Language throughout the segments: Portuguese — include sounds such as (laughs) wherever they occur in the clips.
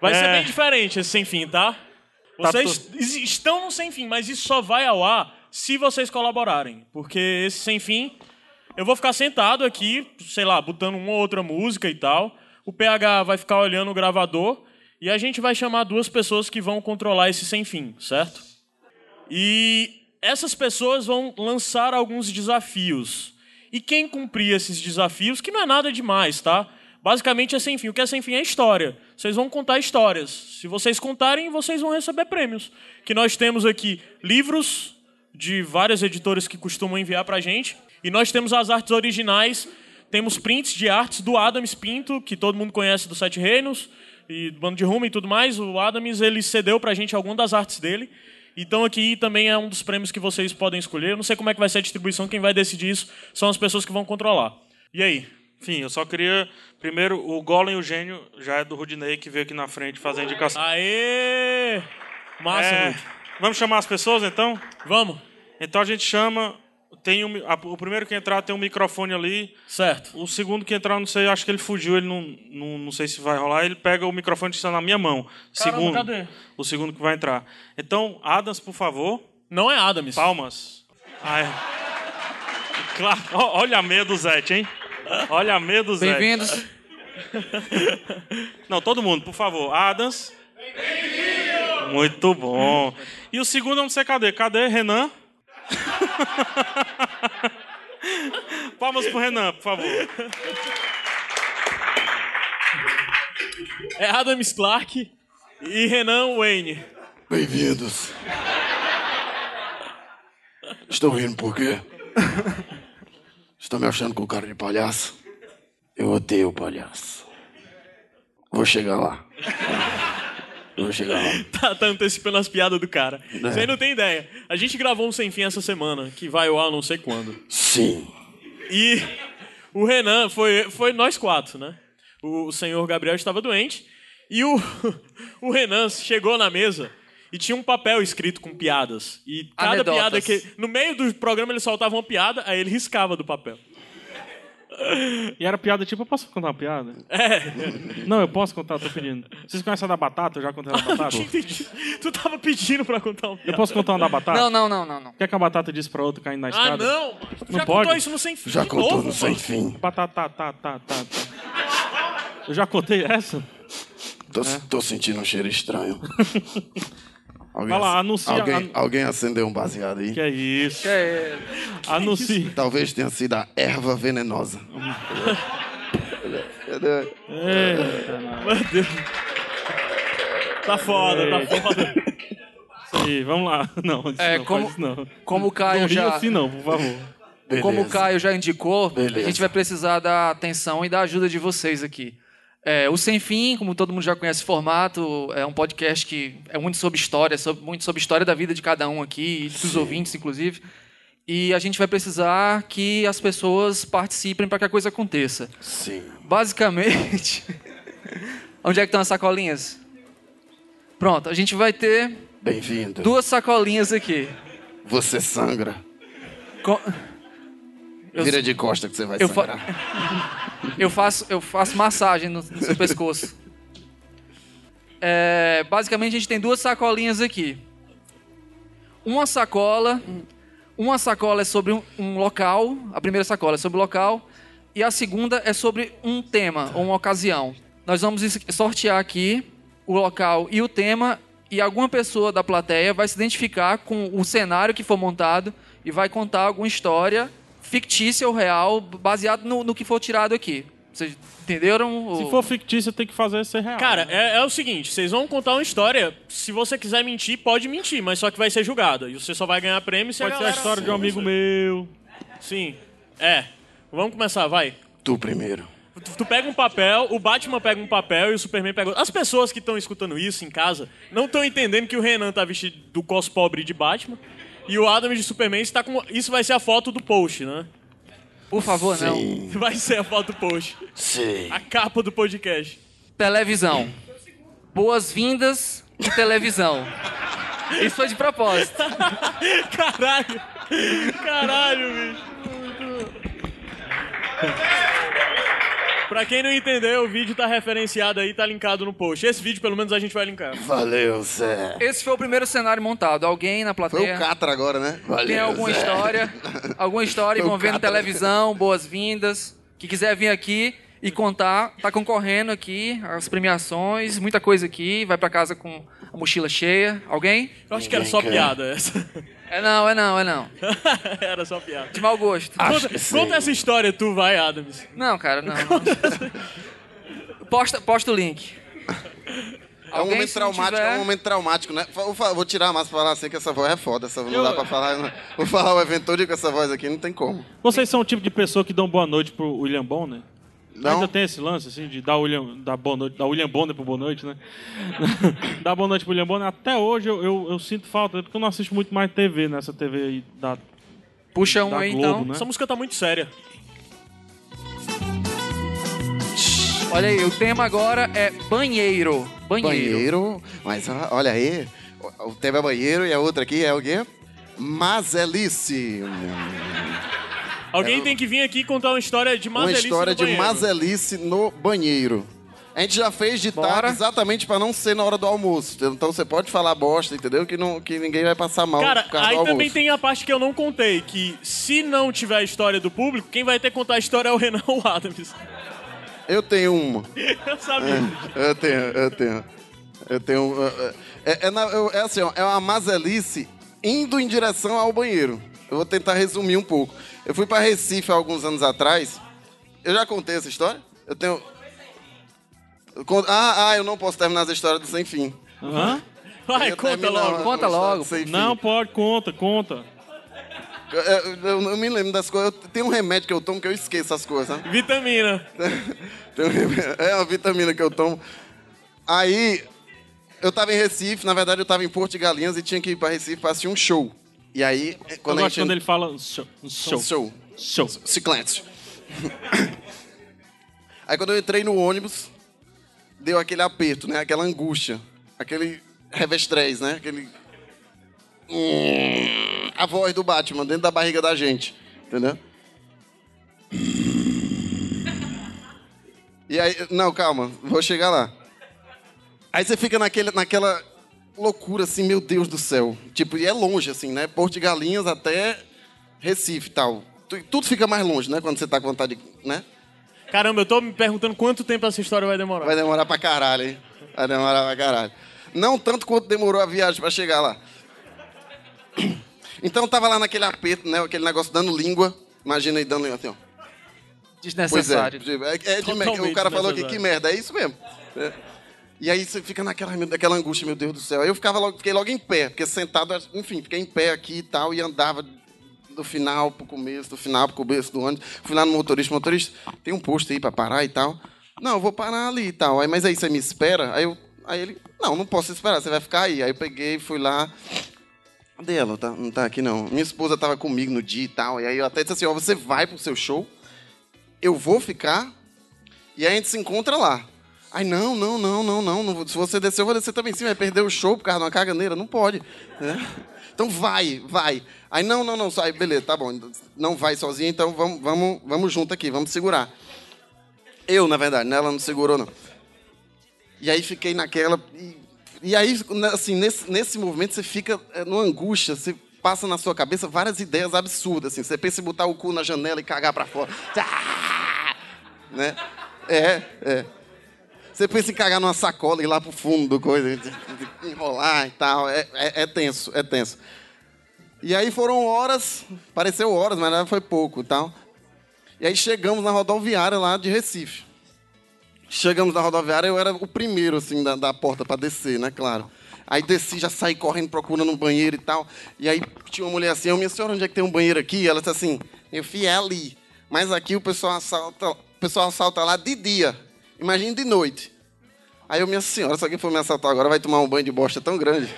Vai ser É. bem diferente esse sem fim, tá? Tá Vocês es- estão no sem fim, mas isso só vai ao ar se vocês colaborarem. Porque esse sem fim, eu vou ficar sentado aqui, sei lá, botando uma ou outra música e tal. O PH vai ficar olhando o gravador e a gente vai chamar duas pessoas que vão controlar esse sem fim, certo? E essas pessoas vão lançar alguns desafios. E quem cumprir esses desafios, que não é nada demais, tá? Basicamente é sem fim. O que é sem fim é história. Vocês vão contar histórias. Se vocês contarem, vocês vão receber prêmios. Que nós temos aqui livros de várias editoras que costumam enviar pra gente. E nós temos as artes originais. Temos prints de artes do Adams Pinto, que todo mundo conhece do Sete Reinos, e do Bando de Rumo e tudo mais. O Adams, ele cedeu pra gente alguma das artes dele. Então aqui também é um dos prêmios que vocês podem escolher. Eu não sei como é que vai ser a distribuição, quem vai decidir isso são as pessoas que vão controlar. E aí? Enfim, eu só queria. Primeiro, o Golem e o Gênio já é do Rudinei, que veio aqui na frente fazer a indicação. Aê! Massa, É, Ruth. vamos chamar as pessoas então? Vamos? Então a gente chama. Tem um mi- a- o primeiro que entrar tem um microfone ali. Certo. O segundo que entrar, eu não sei, acho que ele fugiu, ele não, não, não sei se vai rolar. Ele pega o microfone que está na minha mão. Caramba, segundo. cadê? O segundo que vai entrar. Então, Adams, por favor. Não é Adams. Palmas. Ai. Ah, é. Claro. Ó, Olha a meia do Zete, hein? Olha a meia do Zete. Bem-vindos. (laughs) Não, todo mundo, por favor. Adams. Muito bom. E o segundo, eu não sei cadê. Cadê, Renan? (laughs) Palmas pro Renan, por favor. É Adams Clark e Renan Wayne. Bem-vindos. Estão rindo por quê? Estão me achando com cara de palhaço? Eu odeio palhaço. Vou chegar lá. Eu Vou chegar lá. (laughs) Tá, tá antecipando as piadas do cara. Você não tem ideia. A gente gravou um sem fim essa semana, que vai ao ar não sei quando. Sim. E o Renan foi, foi nós quatro, né? O, o senhor Gabriel estava doente e o, (laughs) o Renan chegou na mesa e tinha um papel escrito com piadas. E cada Anedotas. piada que. No meio do programa ele soltava uma piada, aí ele riscava do papel. (laughs) E era piada tipo, eu posso contar uma piada? É, Não, eu posso contar, tô pedindo. Vocês conhecem a da batata? Eu já contei a da batata? tinha entendido. Tu tava pedindo pra contar uma Eu piada. posso contar uma da batata? Não, não, não, não, não. O que é que a batata disse pra outra caindo na Ah, escada? não! mano. Tu Não já pode? contou isso no sem fim. Já de contou novo, no sem mano. fim. Batata, tá, tá, tá, tá. Eu já contei essa? Tô, É. tô sentindo um cheiro estranho. Alguém, Vai lá, ac- anuncia- alguém, anu- alguém acendeu um baseado aí? é Que é isso? É, Anuncie. Talvez tenha sido a erva venenosa. (laughs) Tá foda, É. tá foda. Ih, vamos lá. (laughs) Não, isso É, não, como- faz isso não. como o Caio não ri já- assim não, por favor. Como o Beleza. Caio já indicou, Beleza. a gente vai precisar da atenção e da ajuda de vocês aqui. É, o Sem Fim, como todo mundo já conhece o formato, é um podcast que é muito sobre história, sobre- muito sobre história da vida de cada um aqui, e dos ouvintes, inclusive. E a gente vai precisar que as pessoas participem para que a coisa aconteça. Sim. Basicamente. (laughs) Onde é que estão as sacolinhas? Pronto, a gente vai ter Bem-vindo. duas sacolinhas aqui. Você sangra. Com- Eu- Vira de costa que você vai Eu fa- sangrar. (laughs) Eu faço, eu faço massagem no, no seu pescoço. É, basicamente, a gente tem duas sacolinhas aqui. Uma sacola. Uma sacola é sobre um, um local. A primeira sacola é sobre o local. E a segunda é sobre um tema ou uma ocasião. Nós vamos es- sortear aqui o local e o tema. E alguma pessoa da plateia vai se identificar com o cenário que for montado e vai contar alguma história fictícia ou real, baseado no, no que for tirado aqui. Vocês entenderam? Se o- for fictício, tem que fazer ser real. Cara, é, é o seguinte, vocês vão contar uma história. Se você quiser mentir, pode mentir, mas só que vai ser julgada. E você só vai ganhar prêmio se Pode a ser a galera... história de um amigo meu. Sim. É. Vamos começar, vai. Tu primeiro. Tu, tu pega um papel, o Batman pega um papel e o Superman pega outro. As pessoas que estão escutando isso em casa não estão entendendo que o Renan tá vestido do cos pobre de Batman e o Adam de Superman está com. Isso vai ser a foto do post, né? Por favor, não. Sim. Vai ser a foto do post. Sim. A capa do podcast. Televisão. Boas-vindas e televisão. Isso foi de propósito. (laughs) Caralho! Caralho, bicho! Pra quem não entendeu, o vídeo tá referenciado aí, tá linkado no post. Esse vídeo, pelo menos, a gente vai linkar. Valeu, Zé. Esse foi o primeiro cenário montado. Alguém na Foi o plateia Catra agora, né? Valeu, tem alguma Zé. história, alguma história, Foi o vão ver na Catra. televisão, boas-vindas. Que quiser vir aqui e contar, tá concorrendo aqui, as premiações, muita coisa aqui, vai pra casa com a mochila cheia. Alguém? Eu acho que era Ninguém só quer. piada essa. (laughs) É não, é não, é não. era só piada. De mau gosto. Acho Conta, que sim. conta essa história tu, vai, Adams. Não, (laughs) cara, não. posta, posta o link. É um momento traumático, é um momento traumático, né? Vou, fa- vou tirar a massa pra falar assim que essa voz é foda, essa não dá pra falar. não. Vou falar o evento todo com essa voz aqui, não tem como. Vocês são o tipo de pessoa que dão boa noite pro William Bonner? Não? Ainda tem esse lance, assim, de dar, William, dar, boa noite, dar William Bonner pro boa noite, né? (laughs) dar boa noite pro William Bonner. Até hoje eu, eu, eu sinto falta, né? porque eu não assisto muito mais né? TV, nessa TV aí da, Puxa um da aí, Globo, então. né? Essa música tá muito séria. Olha aí, o tema agora é banheiro. Banheiro. Banheiro. Mas ah, olha aí, o, o tema é banheiro e a outra aqui é o quê? Mazelice. É Alguém tem que vir aqui contar uma história de Uma Mazelice história no de banheiro. mazelice no banheiro. A gente já fez de Bora. tarde exatamente pra não ser na hora do almoço. Então você pode falar bosta, entendeu? Que, não, que ninguém vai passar mal Cara, por causa aí do também almoço. tem a parte que eu não contei, que se não tiver a história do público, quem vai ter que contar a história é o Renan ou o Adams. (laughs) Eu tenho uma. É, Eu sabia. Eu tenho, eu tenho. Eu tenho. eh, eh, É, é na- eu- é assim, ó, é uma mazelice indo em direção ao banheiro. Eu vou tentar resumir um pouco. Eu fui pra Recife há alguns anos atrás. Eu já contei essa história? Eu tenho. eu con- Ah, ah, eu não posso terminar essa história do sem fim. Hã? Vai, Eu conta termino logo. a- Conta a história logo. do sem fim. Não pode, conta, conta. Eu, eu- eu não me lembro das coisas. Eu- Tem um remédio que eu tomo que eu esqueço as coisas, sabe? Vitamina. (laughs) Tem um remédio- É uma vitamina que eu tomo. Aí, eu tava em Recife, na verdade eu tava em Porto de Galinhas e tinha que ir pra Recife pra assistir um show. E aí, quando eu a gosto gente. quando ele fala show, show, Um show. show. Chiclete. Aí quando eu entrei no ônibus, deu aquele aperto, né? Aquela angústia. Aquele revestrez, né? Aquele. Hum, A voz do Batman dentro da barriga da gente. Entendeu? E aí. Não, calma, vou chegar lá. Aí você fica naquele, naquela loucura assim, meu Deus do céu. Tipo, e é longe, assim, né? Porto de Galinhas até Recife e tal. Tu- Tudo fica mais longe, né? Quando você tá com vontade, de- né? Caramba, eu tô me perguntando quanto tempo essa história vai demorar. Vai demorar pra caralho, hein? Vai demorar pra caralho. Não tanto quanto demorou a viagem pra chegar lá. Então eu tava lá naquele aperto, né? Aquele negócio dando língua. Imagina aí dando língua assim, ó. Pois é. Desnecessário. É, é de merda. Totalmente O cara falou aqui, desnecessário. que merda, é isso mesmo. É. E aí você fica naquela, naquela angústia, meu Deus do céu. Aí eu ficava logo, fiquei logo em pé, porque sentado, enfim, fiquei em pé aqui e tal, e andava do final pro começo, do final pro começo do ônibus. Fui lá no motorista, motorista, tem um posto aí pra parar e tal. Não, eu vou parar ali e tal. Aí, mas aí você me espera? Aí eu. Aí ele, não, não posso esperar, você vai ficar aí. Aí eu peguei, fui lá, Cadê ela? Tá- não tá aqui, não. Minha esposa tava comigo no dia e tal. E aí eu até disse assim, ó, você vai pro seu show, eu vou ficar, e aí a gente se encontra lá. Aí, não, não, não, não, não. não vou- se você descer, eu vou descer também. Sim, vai perder o show por causa de uma caganeira. Não pode. né? Então vai, vai. Aí, não, não, não. só- Aí, beleza, tá bom. Não vai sozinha, então vamos, vamos, vamos junto aqui, vamos segurar. Eu, na verdade, né? Ela não segurou, não. E aí fiquei naquela. E, e aí, né, assim, nesse, nesse movimento você fica é, numa angústia, você passa na sua cabeça várias ideias absurdas, assim. Você pensa em botar o cu na janela e cagar pra fora. Ah! Né? É, é. Você pensa em cagar numa sacola e ir lá pro fundo do coisa, de- de enrolar e tal. É, é- é tenso, é tenso. E aí foram horas, pareceu horas, mas na verdade foi pouco e tal. E aí chegamos na rodoviária lá de Recife. Chegamos na rodoviária, eu era o primeiro, assim, da, da porta pra descer, né, claro. Aí desci, já saí correndo, procurando um banheiro e tal. E aí tinha uma mulher assim, eu, minha senhora, onde é que tem um banheiro aqui? E ela disse assim, meu filho, é ali. Mas aqui o pessoal assalta, o pessoal assalta lá de dia. Imagina de noite. Aí eu, minha senhora, se alguém for me assaltar agora, vai tomar um banho de bosta tão grande.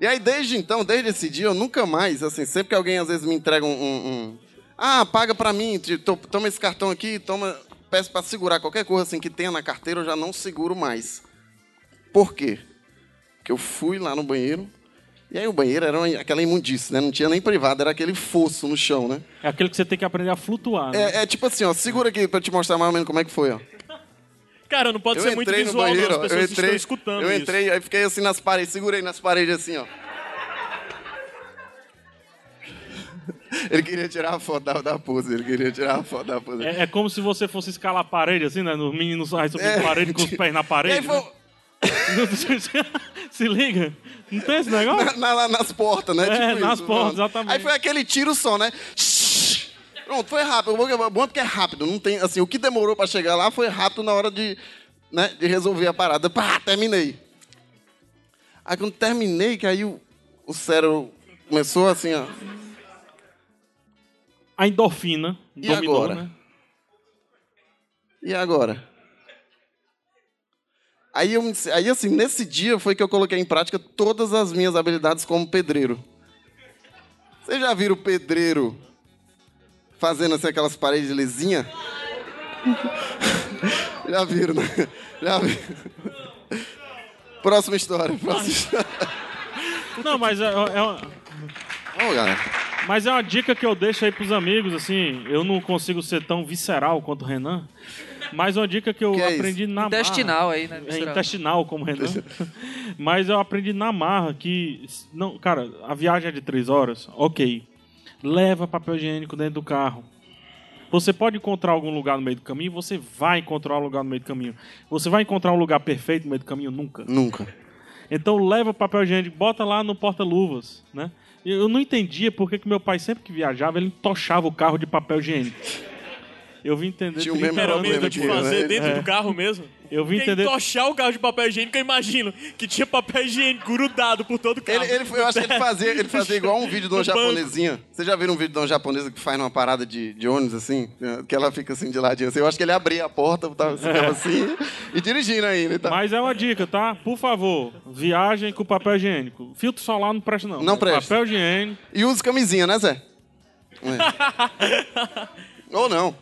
E aí, desde então, desde esse dia, eu nunca mais, assim, sempre que alguém às vezes me entrega um. um- um, ah, paga pra mim, te- to- toma esse cartão aqui, toma. Peço pra segurar qualquer coisa assim que tenha na carteira, eu já não seguro mais. Por quê? Porque eu fui lá no banheiro E aí o banheiro era uma- aquela imundice, né? Não tinha nem privado, era aquele fosso no chão, né? É aquele que você tem que aprender a flutuar. né? É, é tipo assim, ó, segura aqui pra te mostrar mais ou menos como é que foi, ó. Cara, não pode ser muito visual, não. As pessoas eu entrei, estão escutando eu isso. entrei, aí fiquei assim nas paredes, segurei nas paredes assim, ó. (laughs) Ele queria tirar a foto da, da pose, ele queria tirar a foto da pose. É, é como se você fosse escalar a parede, assim, né? No menino sai sobre a parede (laughs) com os pés na É. E parede. aí foi né? (laughs) Se liga. Não tem esse negócio? na- na- nas portas, né? É, tipo nas portas, isso, pronto. exatamente. Aí foi aquele tiro só, né? Pronto, foi rápido. O bom que é- bom porque é rápido. Não tem, assim, o que demorou pra chegar lá foi rápido na hora de, né, de resolver a parada. Pá, terminei. Aí quando terminei, que aí o, o cérebro começou assim, ó. A endorfina E dominou, agora? né? E agora? Aí, eu, me disse- aí, assim, nesse dia foi que eu coloquei em prática todas as minhas habilidades como pedreiro. Vocês já viram o pedreiro fazendo assim, aquelas paredes lisinhas? já viram, né? Já viram. Próxima história, próxima história. Não, mas é, é uma- Ô, cara. mas é uma dica que eu deixo aí pros amigos, assim. Eu não consigo ser tão visceral quanto o Renan, mas é uma dica que eu Que é isso? aprendi na marra. Intestinal aí, né? É intestinal, como o Renan. (laughs) Mas eu aprendi na marra que. Não, cara, a viagem é de três horas, ok. Leva papel higiênico dentro do carro. Você pode encontrar algum lugar no meio do caminho, você vai encontrar um lugar no meio do caminho. Você vai encontrar um lugar perfeito no meio do caminho? Nunca. Nunca. Então leva o papel higiênico, bota lá no porta-luvas, né? E Eu não entendia por que que meu pai, sempre que viajava, ele entochava o carro de papel higiênico. Eu vim entender. Tinha o 30 anos mesmo Era problema medo lembro de tipo disso, fazer né? dentro do carro mesmo. É. Eu vim Porque entender- Entochar o carro de papel higiênico, eu imagino que tinha papel higiênico grudado por todo o carro. Ele, ele, eu acho que ele fazia, ele fazia igual um vídeo de uma No banco. japonesinha. Vocês já viram um vídeo de uma japonesa que faz numa parada de, de ônibus, assim? Que ela fica assim de ladinho. Assim. Eu acho que ele abria a porta, tava, ficava assim, e dirigindo ainda. Tá? Mas é uma dica, tá? Por favor, viagem com papel higiênico. Filtro solar não presta, não. (laughs) Não É presta. Papel higiênico. E usa camisinha, né, Zé? É. (laughs) Ou não.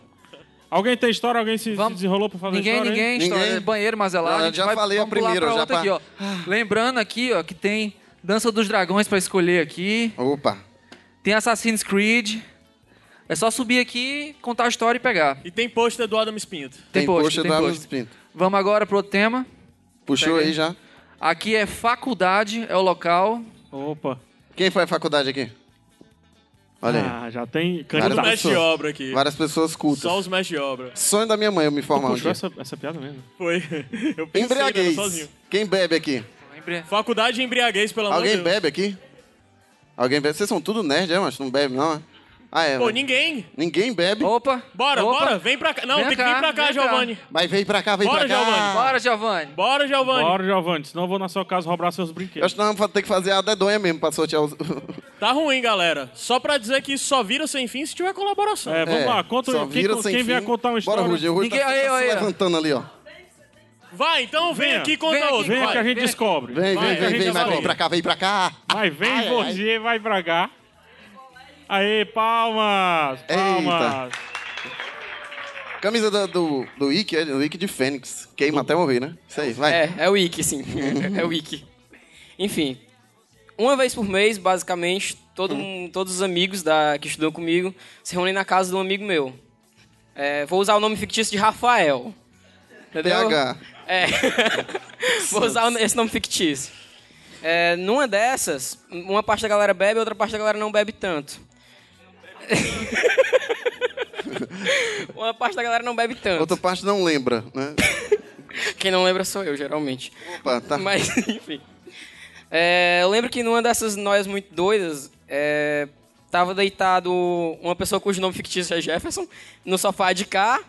Alguém tem história? Alguém se, se Vamos. desenrolou pra fazer Ninguém, história? aí? ninguém, história, Ninguém. banheiro, mas é lá. Ah, gente já vai- falei a vamos pular primeira, pra já outra pa- aqui, ó. Lembrando aqui, ó, que tem Dança dos Dragões pra escolher aqui. Opa. Tem Assassin's Creed. É só subir aqui, contar a história e pegar. E tem pôster do Adam Pinto. Tem, post, poxa tem da post. Alice Pinto. Vamos agora pro outro tema. Puxou Pega aí aí. já. Aqui é faculdade, é o local. Opa. Quem faz faculdade aqui? Olha Ah, já tem Várias Tudo Tá. mexe candidato. de obra aqui. aí. Várias pessoas cultas. Só os mestres de obra. Sonho da minha mãe eu me formar um Puxou dia. essa, essa piada mesmo? Foi. (laughs) Eu pensei nela Embriaguez. né? sozinho. Quem bebe aqui? Empre- Faculdade de embriaguez, pelo amor de Alguém Deus. bebe aqui? Alguém bebe? Vocês são tudo nerd, é, mas não bebe, não, é? Ah, é. Pô, velho. ninguém. Ninguém bebe. Opa! Bora, opa. bora. Vem pra cá. Não, Vem tem que cá, vir pra cá, vem cá. Giovanni. Mas vem pra cá, vem Bora, pra cá. Giovanni. Bora, Giovanni. Bora, Giovanni. Bora, Giovanni, senão eu vou na sua casa roubar seus Eu brinquedos. acho que nós vamos ter que fazer a dedonha mesmo pra sortear os. Tá ruim, galera. Só pra dizer que isso só vira sem fim se tiver colaboração. (laughs) É, vamos lá, conta só quem, vira quem sem fim. vier contar uma história. Bora, Ruge, o Ruge Ninguém- tá, aí, tá aí, se ó. levantando ali, ó. Vai, então vem Venha. aqui e conta Vem aqui, outro. Vem vai. que a gente Vem aqui. descobre. Vai, Vem, vem, vem, a gente vem, mas vai. vem pra cá, vem pra cá. Vai, vem você, vai pra cá. Aê, palmas! Palmas! Camisa do, do, do Ike, é, do Ike de Fênix. Queima até morrer, né? Isso aí, vai. É, é o Wiki, sim. (laughs) é o Wiki. Enfim, uma vez por mês, basicamente, Hum. todo mundo- todos os amigos da, que estudam comigo se reúnem na casa de um amigo meu. É, vou usar o nome fictício de Rafael. Entendeu? PH. É. (laughs) Vou usar o- esse nome fictício. É, numa dessas, uma parte da galera bebe, outra parte da galera não bebe tanto. (laughs) uma parte da galera não bebe tanto. Outra parte não lembra, né? (laughs) Quem não lembra sou eu, geralmente. Opa, (laughs) tá. Mas, enfim. É, eu lembro que numa dessas noias muito doidas, é, tava deitado uma pessoa cujo nome fictício é Jefferson, no sofá de cá.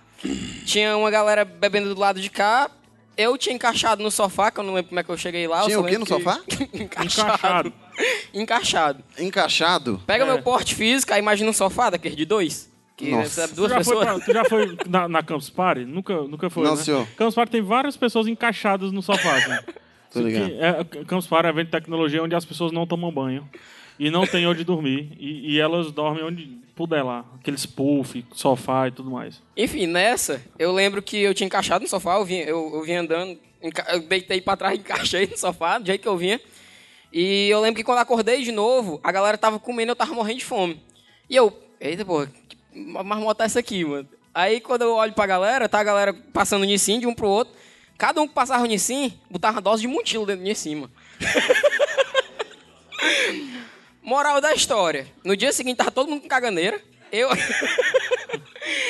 Tinha uma galera bebendo do lado de cá. Eu tinha encaixado no sofá, que eu não lembro como é que eu cheguei lá. eu Tinha só o quê lembro no que- sofá? (laughs) encaixado. Encaixado. É. encaixado. Encaixado. Pega meu porte físico, aí imagina um sofá daquele de dois. Que Nossa. recebe Tu duas já, foi pessoas. pra- tu já foi na, na Campus Party? Nunca, nunca foi, Não, né? senhor. Campus Party tem várias pessoas encaixadas no sofá, assim. (laughs) Tô ligado. Que é- Campus Party é um evento de tecnologia onde as pessoas não tomam banho e não tem onde dormir. E, e elas dormem onde puder lá. Aqueles puff, sofá e tudo mais. Enfim, nessa, eu lembro que eu tinha encaixado no (laughs) sofá, eu vim, eu, eu vim andando, enca- eu deitei pra trás, encaixei no sofá, do jeito que eu vinha. E eu lembro que quando acordei de novo, a galera tava comendo, eu tava morrendo de fome. E eu, eita, porra, que marmota é essa aqui, mano? Aí quando eu olho pra galera, tá a galera passando Nissin de um pro outro. Cada um que passava o Nissin, botava uma dose de mutilo dentro do Nissin, mano. (laughs) Moral da história. No dia seguinte tava todo mundo com caganeira. Eu.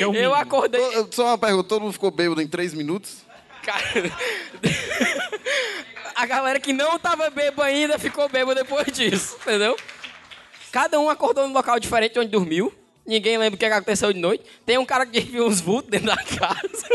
é o mínimo. eu acordei. Tô- Só uma pergunta, todo mundo ficou bêbado em três minutos? Cara. A galera que não tava bêbada ainda ficou bêbada depois disso, entendeu? Cada um acordou num local diferente de onde dormiu. Ninguém lembra o que aconteceu de noite. Tem um cara que viu uns vultos dentro da (laughs) casa.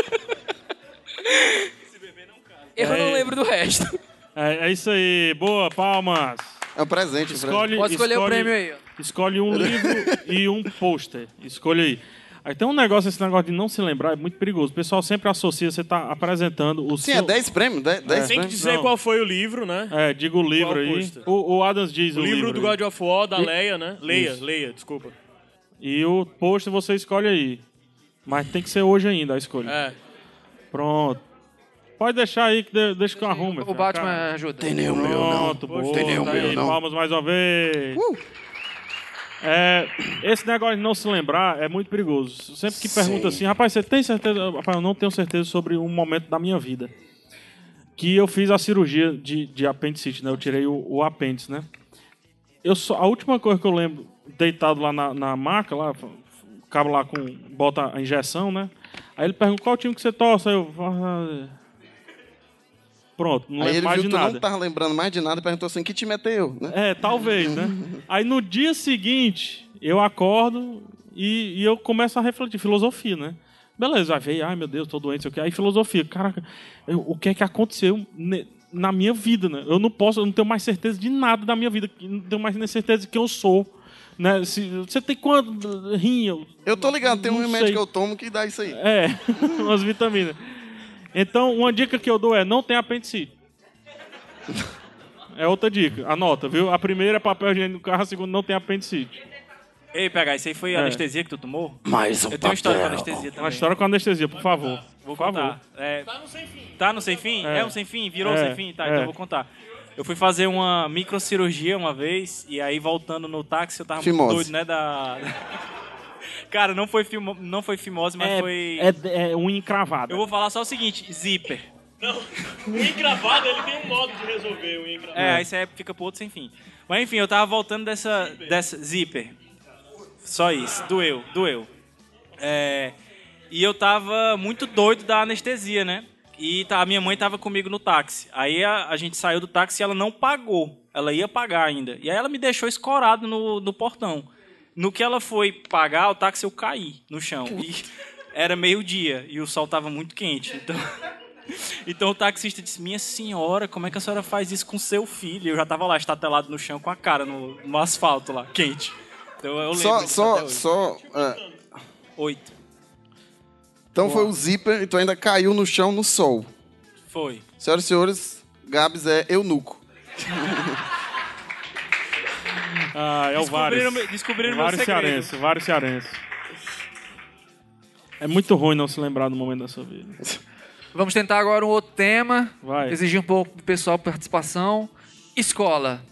Eu não É. lembro do resto. É, é isso aí. Boa, palmas. É um presente, um presente. Escolhe, Pode escolher o escolhe- prêmio aí, ó. Escolhe um (laughs) livro e um pôster. Escolha aí. Aí tem um negócio, esse negócio de não se lembrar é muito perigoso. O pessoal sempre associa, você tá apresentando o Sim, seu... é 10 prêmios, 10 prêmios. Tem que dizer Não. qual foi o livro, né? É, diga o livro Qual aí. pôster? O, o Adams diz o, O livro do um aí. God of War, da Leia, né? Leia, Leia, desculpa. E o pôster você escolhe aí. Mas tem que ser hoje ainda a escolha. É. Pronto. Pode deixar aí, que de- deixa que eu arrumo. O Batman ajuda. Tem nenhum meu, não. Pronto, boa. Tem nenhum Tá meu, aí, não. Uh. Palmas mais uma vez. É, esse negócio de não se lembrar é muito perigoso. Sempre que pergunta assim, rapaz, você tem certeza? Rapaz, eu não tenho certeza sobre um momento da minha vida. Que eu fiz a cirurgia de, de apendicite, né? Eu tirei o, o apêndice, né? Eu só, a última coisa que eu lembro, deitado lá na, na maca, lá, f- f- o cabo lá com. bota a injeção, né? Aí ele pergunta qual time que você torce. Aí eu. "Ah, é." Pronto, não Aí lembro um ele mais viu de que tu nada. não tá tava lembrando mais de nada e perguntou assim, que time é teu? Né? É, talvez, né? Aí no dia seguinte, eu acordo e, e eu começo a refletir, filosofia, né? Beleza, aí veio, ai meu Deus, tô doente, sei o quê. Aí filosofia, caraca, eu- o que é que aconteceu ne- na minha vida, né? Eu não posso, eu não tenho mais certeza de nada da minha vida, não tenho mais nem certeza de quem eu sou. Né? Se, você tem quanto rim? Eu, Eu tô ligado, tem um Não remédio sei. que eu tomo que dá isso aí. é, (laughs) umas vitaminas. Então, uma dica que eu dou é não tem apendicite. É outra dica, anota, viu? A primeira é papel higiênico no carro, a segunda não tem apendicite. Ei, PH, isso aí foi anestesia que tu tomou? Mais um Eu tenho uma história com papel. anestesia também. É. Uma história com anestesia, por favor. Vou por favor. contar. É, tá no sem fim. Tá no sem fim? É, É. um sem fim? Virou um É, sem fim? Tá, é. então eu vou contar. Eu fui fazer uma microcirurgia uma vez, e aí voltando no táxi eu tava Fimose. muito doido, né? Da. (laughs) Cara, não foi, fimo... não foi fimose, mas foi. É, é um encravado. Eu vou falar só o seguinte: zíper. O encravado, ele tem um modo de resolver o encravado. É, aí você fica pro outro sem fim. Mas enfim, eu tava voltando dessa. dessa zíper. Só isso. Doeu, doeu. É, e eu tava muito doido da anestesia, né? E tá, a minha mãe tava comigo no táxi. Aí a, a gente saiu do táxi e ela não pagou. Ela ia pagar ainda. E aí ela me deixou escorado no, no portão. No que ela foi pagar, o táxi eu caí no chão. E (laughs) era meio-dia e o sol tava muito quente. Então. (laughs) Então o taxista disse: Minha senhora, como é que a senhora faz isso com seu filho? Eu já tava lá, estatelado no chão com a cara no, no asfalto lá, quente. Então eu lembro. só, disso até só, hoje. só... é. Oito. Então foi o zíper e tu ainda caiu no chão no sol. Foi. Senhoras e senhores, Gabs é eunuco. Ah, é o Descobriram, vários. meu- descobriram meu Vários segredo. cearense, vários cearense. É muito ruim não se lembrar do momento da (laughs) sua vida. Vamos tentar agora um outro tema. Vai. Exigir um pouco do pessoal participação. (laughs) Escola.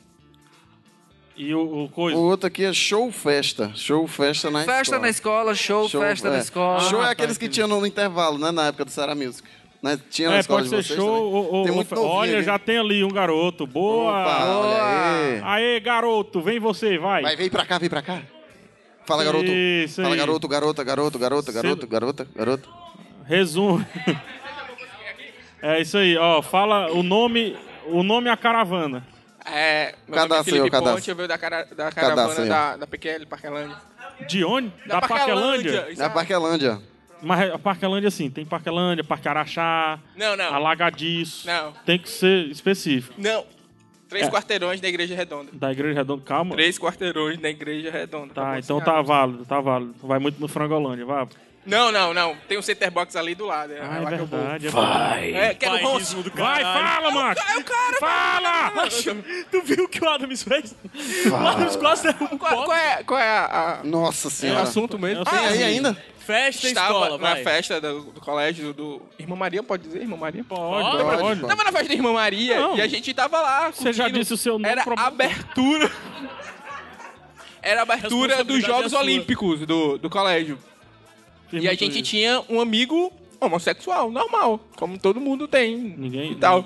E o, o O coisa. outro aqui é show festa. Show festa né? na festa escola. na escola, show, festa na é. escola. Show é tá, aqueles que entendi. tinham no intervalo, né? Na época do Sarah Music. Né? Tinha na é, escola pode de ser vocês show também? ou, Tem ou, muito novinho Olha, ali. já tem ali um garoto. Boa! Opa, olha aí. Aê, garoto, vem você, vai. Vai, vem pra cá, vem pra cá. Fala, garoto. Isso Fala, aí. garoto, garota, garoto, garota, garoto, garota, garota. Resumo. (laughs) É isso aí, ó. Fala o nome, o nome e a caravana. É, meu Cadastro nome aí, é Felipe o cadastro. Ponte, eu venho da, cara, da Cadastro caravana aí, ó. da, da PQL, Parquelândia. De onde? Da, Parquelândia. isso Na é- Parquelândia. Mas a Parquelândia, sim, tem Parquelândia, Parque Araxá, Não, não. Alagadiço. Não. Tem que ser específico. Não. Três É. quarteirões da Igreja Redonda. Da Igreja Redonda, calma. Três quarteirões da Igreja Redonda. Tá, Acabou então assim, tá ah. válido, tá válido. Vai muito no Frangolândia, vai. Não, não, não. Tem um center box ali do lado. É, Ah, é lá que eu vou. verdade. é Vai. É, quero Ronce. Pairismo do Vai, caralho. fala, Max! É o cara, Fala! Tu viu o que o Adams fez? O Adams quase derrubou um Qual, copo. qual é, qual é a, a- Nossa o senhora. É assunto mesmo? Eu sei Tem aí assim. ainda? É Festa e Ah, Estava escola, na vai. festa do, do colégio do... Irmã Maria, pode dizer? Irmã Maria? Pode, Pode, pode. pode. Tava na festa da Irmã Maria Não. e a gente tava lá. Você já curtindo. disse o seu nome. Era problema. (laughs) abertura. Era abertura dos Responsabilidade é Jogos sua. Olímpicos do, do colégio. Firma E a com gente isso. tinha um amigo homossexual, normal, como todo mundo tem. Ninguém- E tal.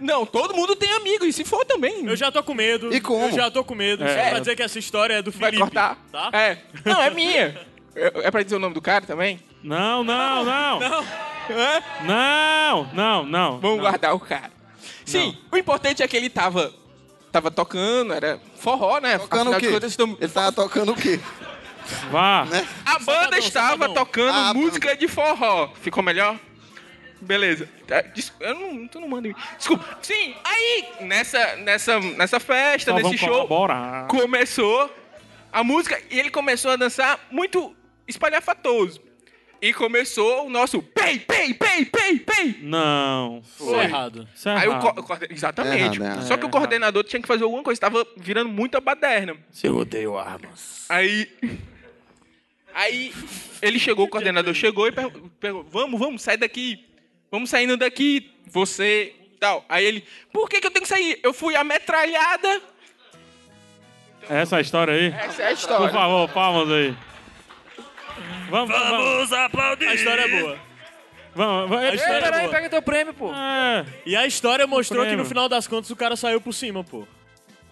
Não, todo mundo tem amigo, e se for também. Eu já tô com medo. E como? Eu já tô com medo. Só É. pra dizer que essa história é do Vai Felipe. cortar. Tá? É. Não, é minha. É é pra dizer o nome do cara também? Não, não, não. não, Hã? não, não, Vamos guardar o cara. Sim, o importante é que ele tava. Tava tocando, era forró, né? Tocando o Afinal quê? de contas, tam- Ele tava tocando o quê? Vá. A banda estava safadão. tocando Ah, música de forró. Ficou melhor? Beleza. Tá, des- Eu não, tu não manda. em mim. Desculpa. Sim, aí nessa, nessa, nessa festa, Então tá nesse vamos show, colaborar. começou a música e ele começou a dançar muito espalhafatoso. E começou o nosso pei, pei, pei, pei, pei. Não. Isso é errado. Isso é Aí o errado. co- o coorden- Exatamente. É errado, é Só que o coordenador tinha que fazer alguma coisa, tava virando muita baderna. Eu odeio armas. Aí. Aí ele chegou, o coordenador chegou e per- perguntou: Vamos, vamos, sai daqui. Vamos saindo daqui, você. Tal. Aí ele: Por que, que eu tenho que sair? Eu fui ametralhada. Essa história aí. Essa é a Por história. favor, palmas aí. Vamos, vamos, A história é boa. vamos. vamos. A história é Peraí, boa. pega teu prêmio, pô. É. E a história mostrou que prêmio. no final das contas o cara saiu por cima, pô.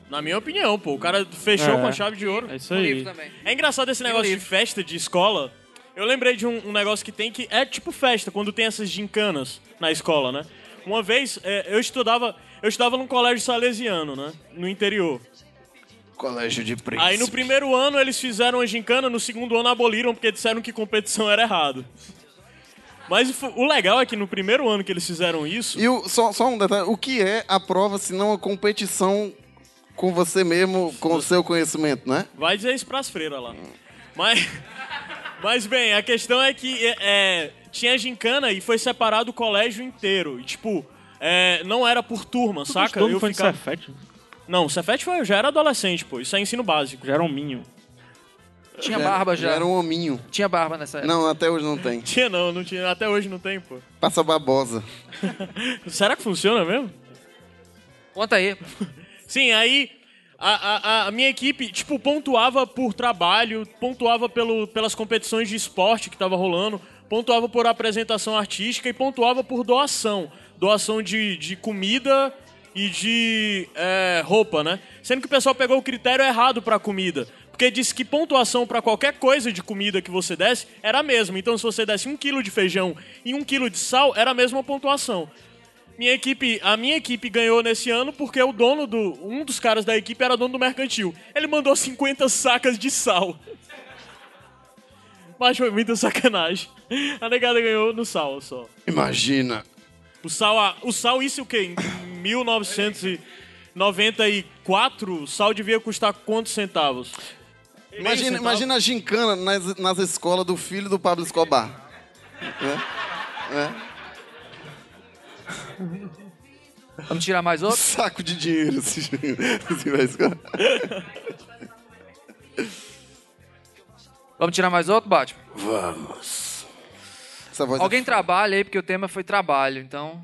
Na minha opinião, pô. O cara fechou É. com a chave de ouro. É isso O aí. livro também. É engraçado esse negócio de festa, de escola. Eu lembrei de um, um negócio que tem que é tipo festa, quando tem essas gincanas na escola, né? Uma vez é, eu estudava, eu estudava num colégio salesiano, né? No interior. Colégio de príncipe. Aí no primeiro ano eles fizeram a gincana, no segundo ano aboliram porque disseram que competição era errado. Mas o fu- o legal é que no primeiro ano que eles fizeram isso, E o- só, só um detalhe. O que é a prova se não a competição com você mesmo, com o seu conhecimento, né? Vai dizer isso pras freiras lá. Mas, (laughs) mas bem, a questão é que é, é, tinha gincana e foi separado o colégio inteiro. E, tipo, é, não era por turma, saca? Todo mundo foi de ficava- Cefete. Não, o Cefete foi, eu já era adolescente, pô. Isso é ensino básico. Já era um minho. Tinha barba já. Era um hominho. Tinha barba nessa época. Não, até hoje não (laughs) tem. Tinha não, não tinha, até hoje não tem, pô. Passa babosa. (laughs) Será que funciona mesmo? Conta aí. (laughs) Sim, aí a, a- a minha equipe, tipo, pontuava por trabalho, pontuava pelo, pelas competições de esporte que tava rolando, pontuava por apresentação artística e pontuava por doação. Doação de, de comida e de é, roupa, né? Sendo que o pessoal pegou o critério errado pra comida. Porque disse que pontuação pra qualquer coisa de comida que você desse era a mesma. Então, se você desse um quilo de feijão e um quilo de sal, era a mesma pontuação. Minha equipe, a minha equipe ganhou nesse ano porque o dono do. Um dos caras da equipe era dono do mercantil. Ele mandou 50 sacas de sal. Mas foi muita sacanagem. A negada ganhou no sal só. Imagina. O sal, a- o sal isso o quê? Em 1994, o sal devia custar quantos centavos? Meio Imagina, centavo? imagina a gincana nas, nas escolas do filho do Pablo Escobar. Né? Vamos tirar mais outro? (laughs) Saco de dinheiro esse (laughs) esse vai escola. Vamos tirar mais outro, Batman? Vamos. Essa voz é- Alguém trabalha aí, porque o tema foi trabalho, então.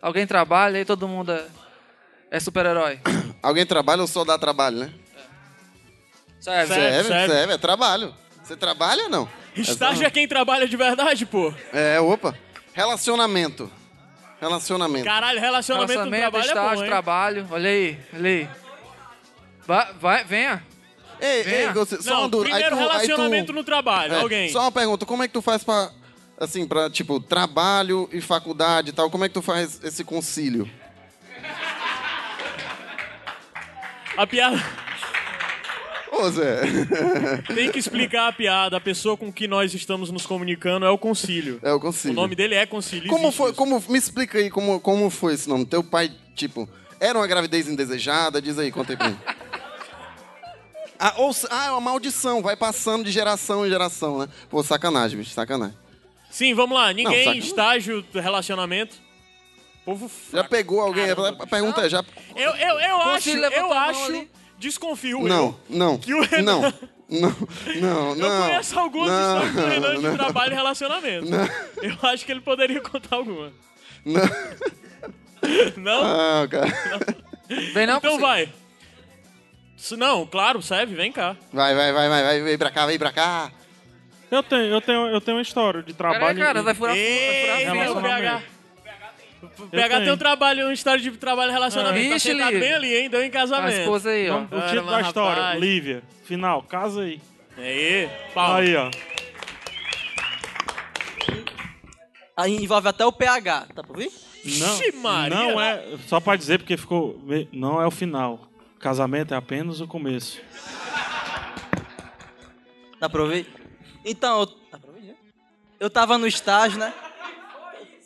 Alguém trabalha aí, todo mundo é, é super-herói. Alguém trabalha ou só dá trabalho, né? Sério, Sério. Serve, serve, é trabalho. Você trabalha ou não? Estágio é quem trabalha de verdade, pô. É, opa. Relacionamento. Relacionamento. Caralho, relacionamento, do Relacionamento, trabalho é estágio, bom, hein? trabalho. Olha aí, olha aí. Vai, vai, venha. Ei, ei, Venha. É, você, só É. Não, uma dúvida. Aí primeiro tu- aí tu- relacionamento no trabalho, É, alguém. Só uma pergunta, como é que tu faz pra, assim, pra, tipo, trabalho e faculdade e tal, como é que tu faz esse concílio? A piada... Ô, Zé. (laughs) Tem que explicar a piada. A pessoa com que nós estamos nos comunicando é o Concílio. É, o concílio. O nome dele é Concílio. Como existe foi, isso. como, me explica aí como, como foi esse nome. Teu pai, tipo, era uma gravidez indesejada? Diz aí, conta aí pra mim. Ah, ou, se- ah, é uma maldição, vai passando de geração em geração, né? Pô, sacanagem, bicho, sacanagem. Sim, vamos lá. Ninguém, saca. estágio, relacionamento. Povo Já fraco. pegou alguém? Caramba, A pergunta é, já... Eu, eu, eu acho, Concílio levantou eu a mão ali. acho desconfio Não, eu, não. que o Renan... Não, não, não, Eu não. conheço algumas não, histórias do Renan de não, trabalho e relacionamento. Não. Eu acho que ele poderia contar alguma. Não, Não? não, cara. Vem não, então você- vai. Se não, claro, serve, vem cá. Vai, vai, vai, vai, vai, vem pra cá, vem pra cá. Eu tenho, eu tenho, eu tenho uma história de Cara, trabalho. cara, e- vai furar, Ei, vai furar a meu fila. PH. relacionamento. O PH tem tenho. um trabalho, um história de trabalho e relacionamento. tá Ixi, sentado Lívia. bem ali, hein? Deu em A casamento. esposa aí, ó. O título da Caramba, história, rapaz. Lívia. Final, casa aí. Aí, pau. Aí, ó. Aí envolve até o PH, tá pra ouvir? Não, Vixe, Maria. não é. Só pra dizer, porque ficou. me- Não é o final. Casamento é apenas o começo. Dá pra ouvir? Então, eu... Dá pra ouvir, né? Eu tava no estágio, né?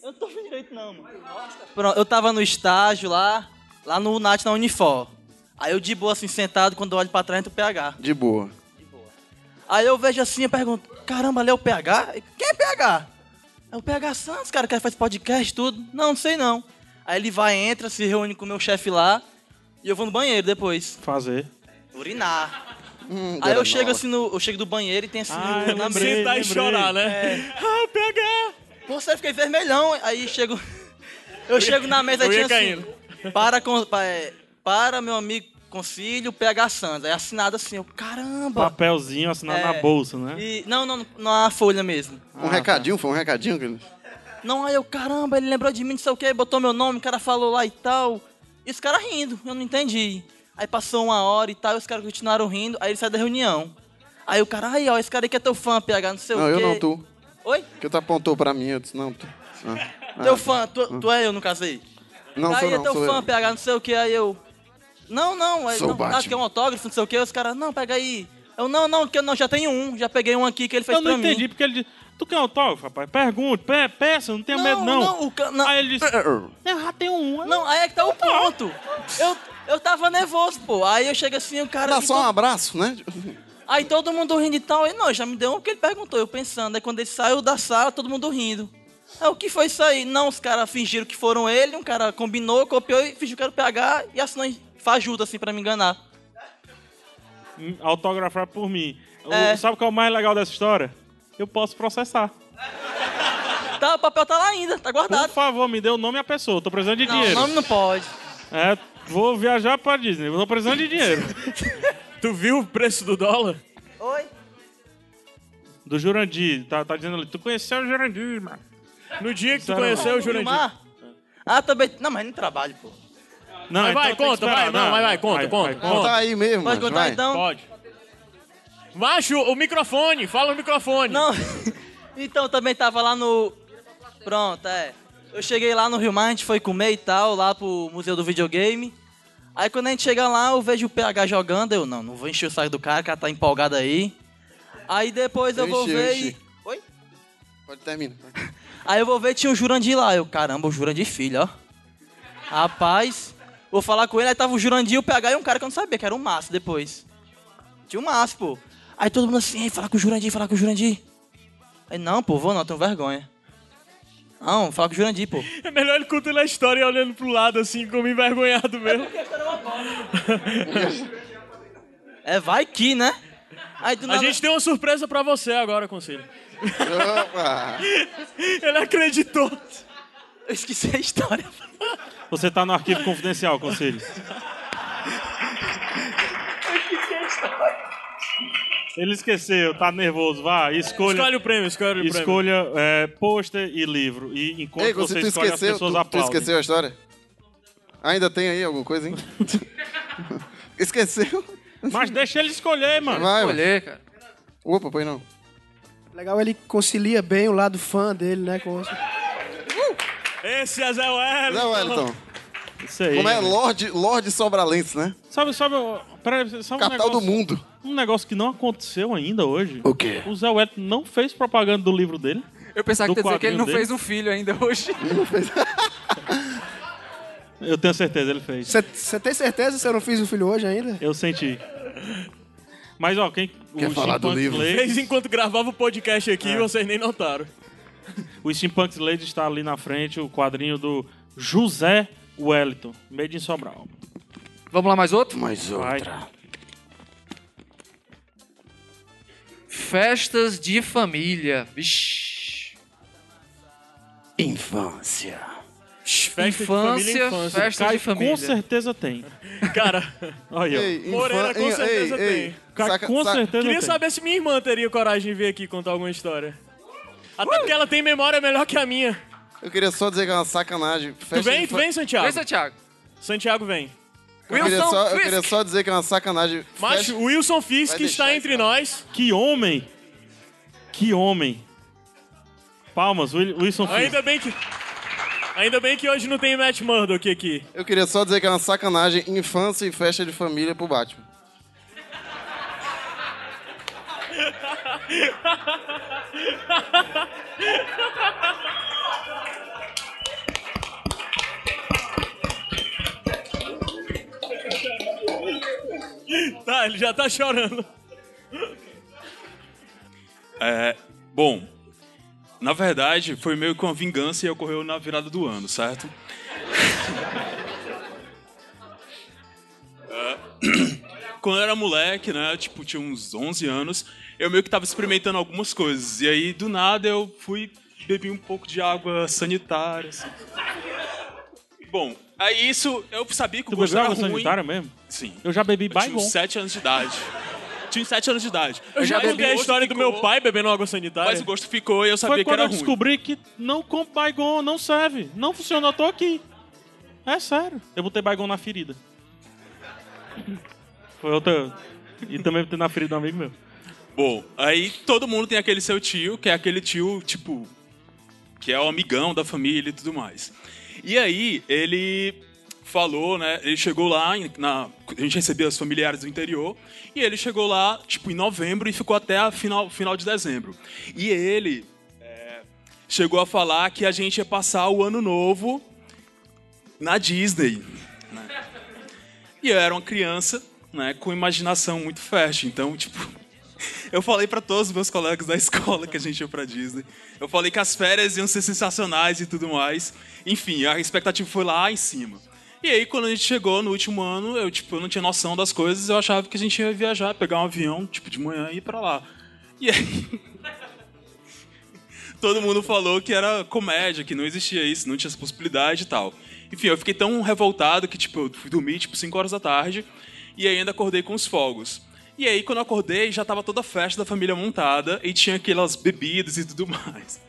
Eu não tô ouvindo direito não, mano. Pronto, eu tava no estágio lá, lá no Nat, na Unifor. Aí eu de boa, assim, sentado, quando eu olho pra trás, entra o PH. De boa. Aí eu vejo assim e pergunto, caramba, ali é o PH? Quem é PH? É o PH Santos, cara, que faz podcast, tudo. Não, não sei não. Aí ele vai, entra, se reúne com o meu chefe lá e eu vou no banheiro depois. Fazer. Urinar. Aí Hum, eu Guaraná. chego assim no. Eu chego do banheiro e tem assim Ah, no- eu (laughs) na lembrei. mesa. É. Sentar e lembrei. chorar, né? Ah, PH! Nossa, eu fiquei vermelhão. Aí chego. Eu chego na mesa eu e ia tinha assim. Para, com, pa- é, para meu amigo Concílio PH Santos. Aí assinado assim, eu, caramba! Papelzinho assinado É. na bolsa, né? Ah, E, não, não, na folha mesmo. Ah. Um recadinho, foi um recadinho? que ele- Não, aí eu, caramba, ele lembrou de mim, não sei o que, botou meu nome, o cara falou lá e tal. E os caras rindo, eu não entendi. Aí passou uma hora e tal, e os caras continuaram rindo, aí ele sai da reunião. Aí o cara, aí ó, esse cara aí que é teu fã, PH, não sei Não, o eu quê. não, tu. Oi? Porque tu apontou pra mim, eu disse, não, tu. Ah, teu ah, fã, tu, tu é eu no caso aí. Não, aí sou é não, teu sou fã, eu. PH, não sei o que, aí eu. Não, não, aí Sou não, Batman. acho que é um autógrafo, não sei o que, os caras, não, pega aí. Eu, não, não, que eu não, já tenho um, já peguei um aqui que ele fez Eu não pra entendi, mim. porque ele disse. Tu quer um autógrafo, rapaz? Pergunte, pe- peça, não tenha medo, não. não, o ca- não. Aí ele disse. É, é. Eu já tenho um. eu Não, aí é que tá o ponto. Eu, eu tava nervoso, pô. Aí eu chego assim, o cara. Dá e só todo- um abraço, né? Aí todo mundo rindo e tal. Aí não, já me deu um que ele perguntou, eu pensando. Aí quando ele saiu da sala, todo mundo rindo. Aí o que foi isso aí? Não, os caras fingiram que foram ele, um cara combinou, copiou e fingiu que era o PH e assinou em fajuta, assim, pra me enganar. m- autografar por mim. O- É. Sabe o que é o mais legal dessa história? Eu posso processar. Tá, o papel tá lá ainda, tá Por guardado. favor, me dê o nome e a pessoa. eu Tô precisando de Não, o dinheiro. nome não pode. É, vou viajar pra Disney. eu Tô precisando de dinheiro. (laughs) Tu viu o preço do dólar? Oi? Do Jurandir. Tá, tá dizendo ali. Tu conheceu o Jurandir, mano. No dia que tu Sério? conheceu o Jurandir. Gilmar? Ah, também. Não, mas não trabalho, pô. Não, Mas então vai, tem que conta, esperar, vai, não, vai, vai, conta, conta, conta. Tá aí mesmo. Pode macho, contar vai. então? Pode. Macho, o microfone, fala no microfone. Não. (laughs) Então, eu também tava lá no. Pronto, é. Eu cheguei lá no Rio Mar, a gente foi comer e tal, lá pro Museu do Videogame. Aí quando a gente chega lá, eu vejo o PH jogando, eu não, não vou encher o saco do cara, o cara tá empolgado aí. Aí depois eu, Eu vou enchi, eu ver enchi. e. Oi? Pode terminar. Aí eu vou ver, tinha o Jurandir lá. Eu, caramba, o Jurandir é filho, ó. Rapaz, vou falar com ele, aí tava o Jurandir, o PH e um cara que eu não sabia, que era o Márcio depois. Tinha o Márcio, pô. Aí todo mundo assim, ei, falar com o Jurandir, falar com o Jurandir. Aí, não, pô, vou não, tenho vergonha. Não, falar com o Jurandir, pô. É melhor ele contando a história e olhando pro lado, assim, como envergonhado mesmo. (laughs) É, vai que, né? Aí do A nada... gente tem uma surpresa pra você agora, Conselho. Opa! (laughs) Ele acreditou. Eu esqueci a história. Você tá no arquivo confidencial, conselho. Ele esqueceu, tá nervoso. Vá, escolha. É, Escolhe o prêmio, escolhe o prêmio. Escolha é, pôster e livro. E enquanto Ei, você você tu escolhe, as esqueceu? pessoas Tu, tu aplaudem. esqueceu a história? Ainda tem aí alguma coisa, hein? (laughs) esqueceu? Mas deixa ele escolher, mano. Vai, vai. Olhei, cara. Opa, pois não. Legal, ele concilia bem o lado fã dele, né? Com... Esse é Zé Wellington. Zé Wellington. Isso aí. né? Como é? mano. Lorde, Lorde Sobralense, né? Sabe, sabe, ó, peraí, sabe um Capital negócio, do mundo. um negócio que não aconteceu ainda hoje? O quê? O Zé Wellington não fez propaganda do livro dele. Eu pensava que Do ia dizer que ele não quadrinho fez um filho ainda hoje. um Eu tenho certeza, ele fez. Você tem certeza que eu não fiz o filho hoje ainda? Eu senti. Mas, ó, quem... Quer o falar do Steampunk livro? Lady- Fez enquanto gravava o podcast aqui e vocês nem notaram. (laughs) O Steampunk Lady está ali na frente, o quadrinho do José Wellington, Made in Sobral. Vamos lá, mais outro? Mais Vai. outra. Festas de família. Vixi. Infância. Festa de família, Infância, infância. festas de família. Com certeza tem. Cara, Olha aí, Ei, Moreira infan- com ei, certeza ei, ei. tem. ó. Saca- com saca- certeza queria tem. saber se minha irmã teria coragem de vir aqui contar alguma história. Até porque ela tem memória melhor que a minha. Eu queria só dizer que é uma sacanagem. Festa Tu vem? de Tu fa- vem, Santiago? Vem, Santiago. Santiago vem. Eu queria, Wilson só, eu queria Fisk. só dizer que é uma sacanagem. Mas Festa- o Wilson Fisk Vai deixar está entre isso, nós. Que homem! Que homem! Palmas, Wil- Wilson Fisk. Ainda bem que. Ainda bem que hoje não tem Matt Murdock aqui. Eu queria só dizer que é uma sacanagem infância e festa de família pro Batman. Tá, ele já tá chorando. É, bom, na verdade, foi meio que uma vingança e ocorreu na virada do ano, certo? É, (clears throat) Quando eu era moleque, né, tipo, tinha uns 11 anos, eu meio que tava experimentando algumas coisas. E aí, do nada, eu fui bebi um pouco de água sanitária, assim. Bom, aí isso eu sabia que o Tu gosto bebeu era água ruim. sanitária mesmo? Sim. Eu já bebi Eu tinha Baygon. uns 7 anos de idade. Tinha uns 7 anos de idade. Eu já Mas o contei a gosto história do meu ficou- pai bebendo água sanitária. Mas o gosto ficou e eu sabia Foi que quando era eu ruim. descobri que não compro Baygon, não serve. Não funciona, eu tô aqui. É sério. Eu botei Baygon na ferida. Foi outra... E também botei na ferida de um amigo meu. Bom, aí todo mundo tem aquele seu tio, que é aquele tio, tipo, que é o amigão da família e tudo mais. E aí ele falou, né? Ele chegou lá, em- na, a gente recebeu os familiares do interior, e ele chegou lá, tipo, em novembro e ficou até a final, final de dezembro. E ele é, chegou a falar que a gente ia passar o ano novo na Disney. né? E eu era uma criança, né, com imaginação muito fértil, então, tipo. (laughs) Eu falei pra todos os meus colegas da escola que a gente ia pra Disney. Eu falei que as férias iam ser sensacionais e tudo mais. Enfim, a expectativa foi lá em cima. E aí, quando a gente chegou no último ano, eu, tipo, eu não tinha noção das coisas, eu achava que a gente ia viajar, pegar um avião, tipo, de manhã e ir pra lá. E aí. Todo mundo falou que era comédia, que não existia isso, não tinha essa possibilidade e tal. Enfim, eu fiquei tão revoltado que, tipo, eu fui dormir, tipo, 5 horas da tarde e aí ainda acordei com os fogos. E aí, quando eu acordei, já tava toda a festa da família montada e tinha aquelas bebidas e tudo mais.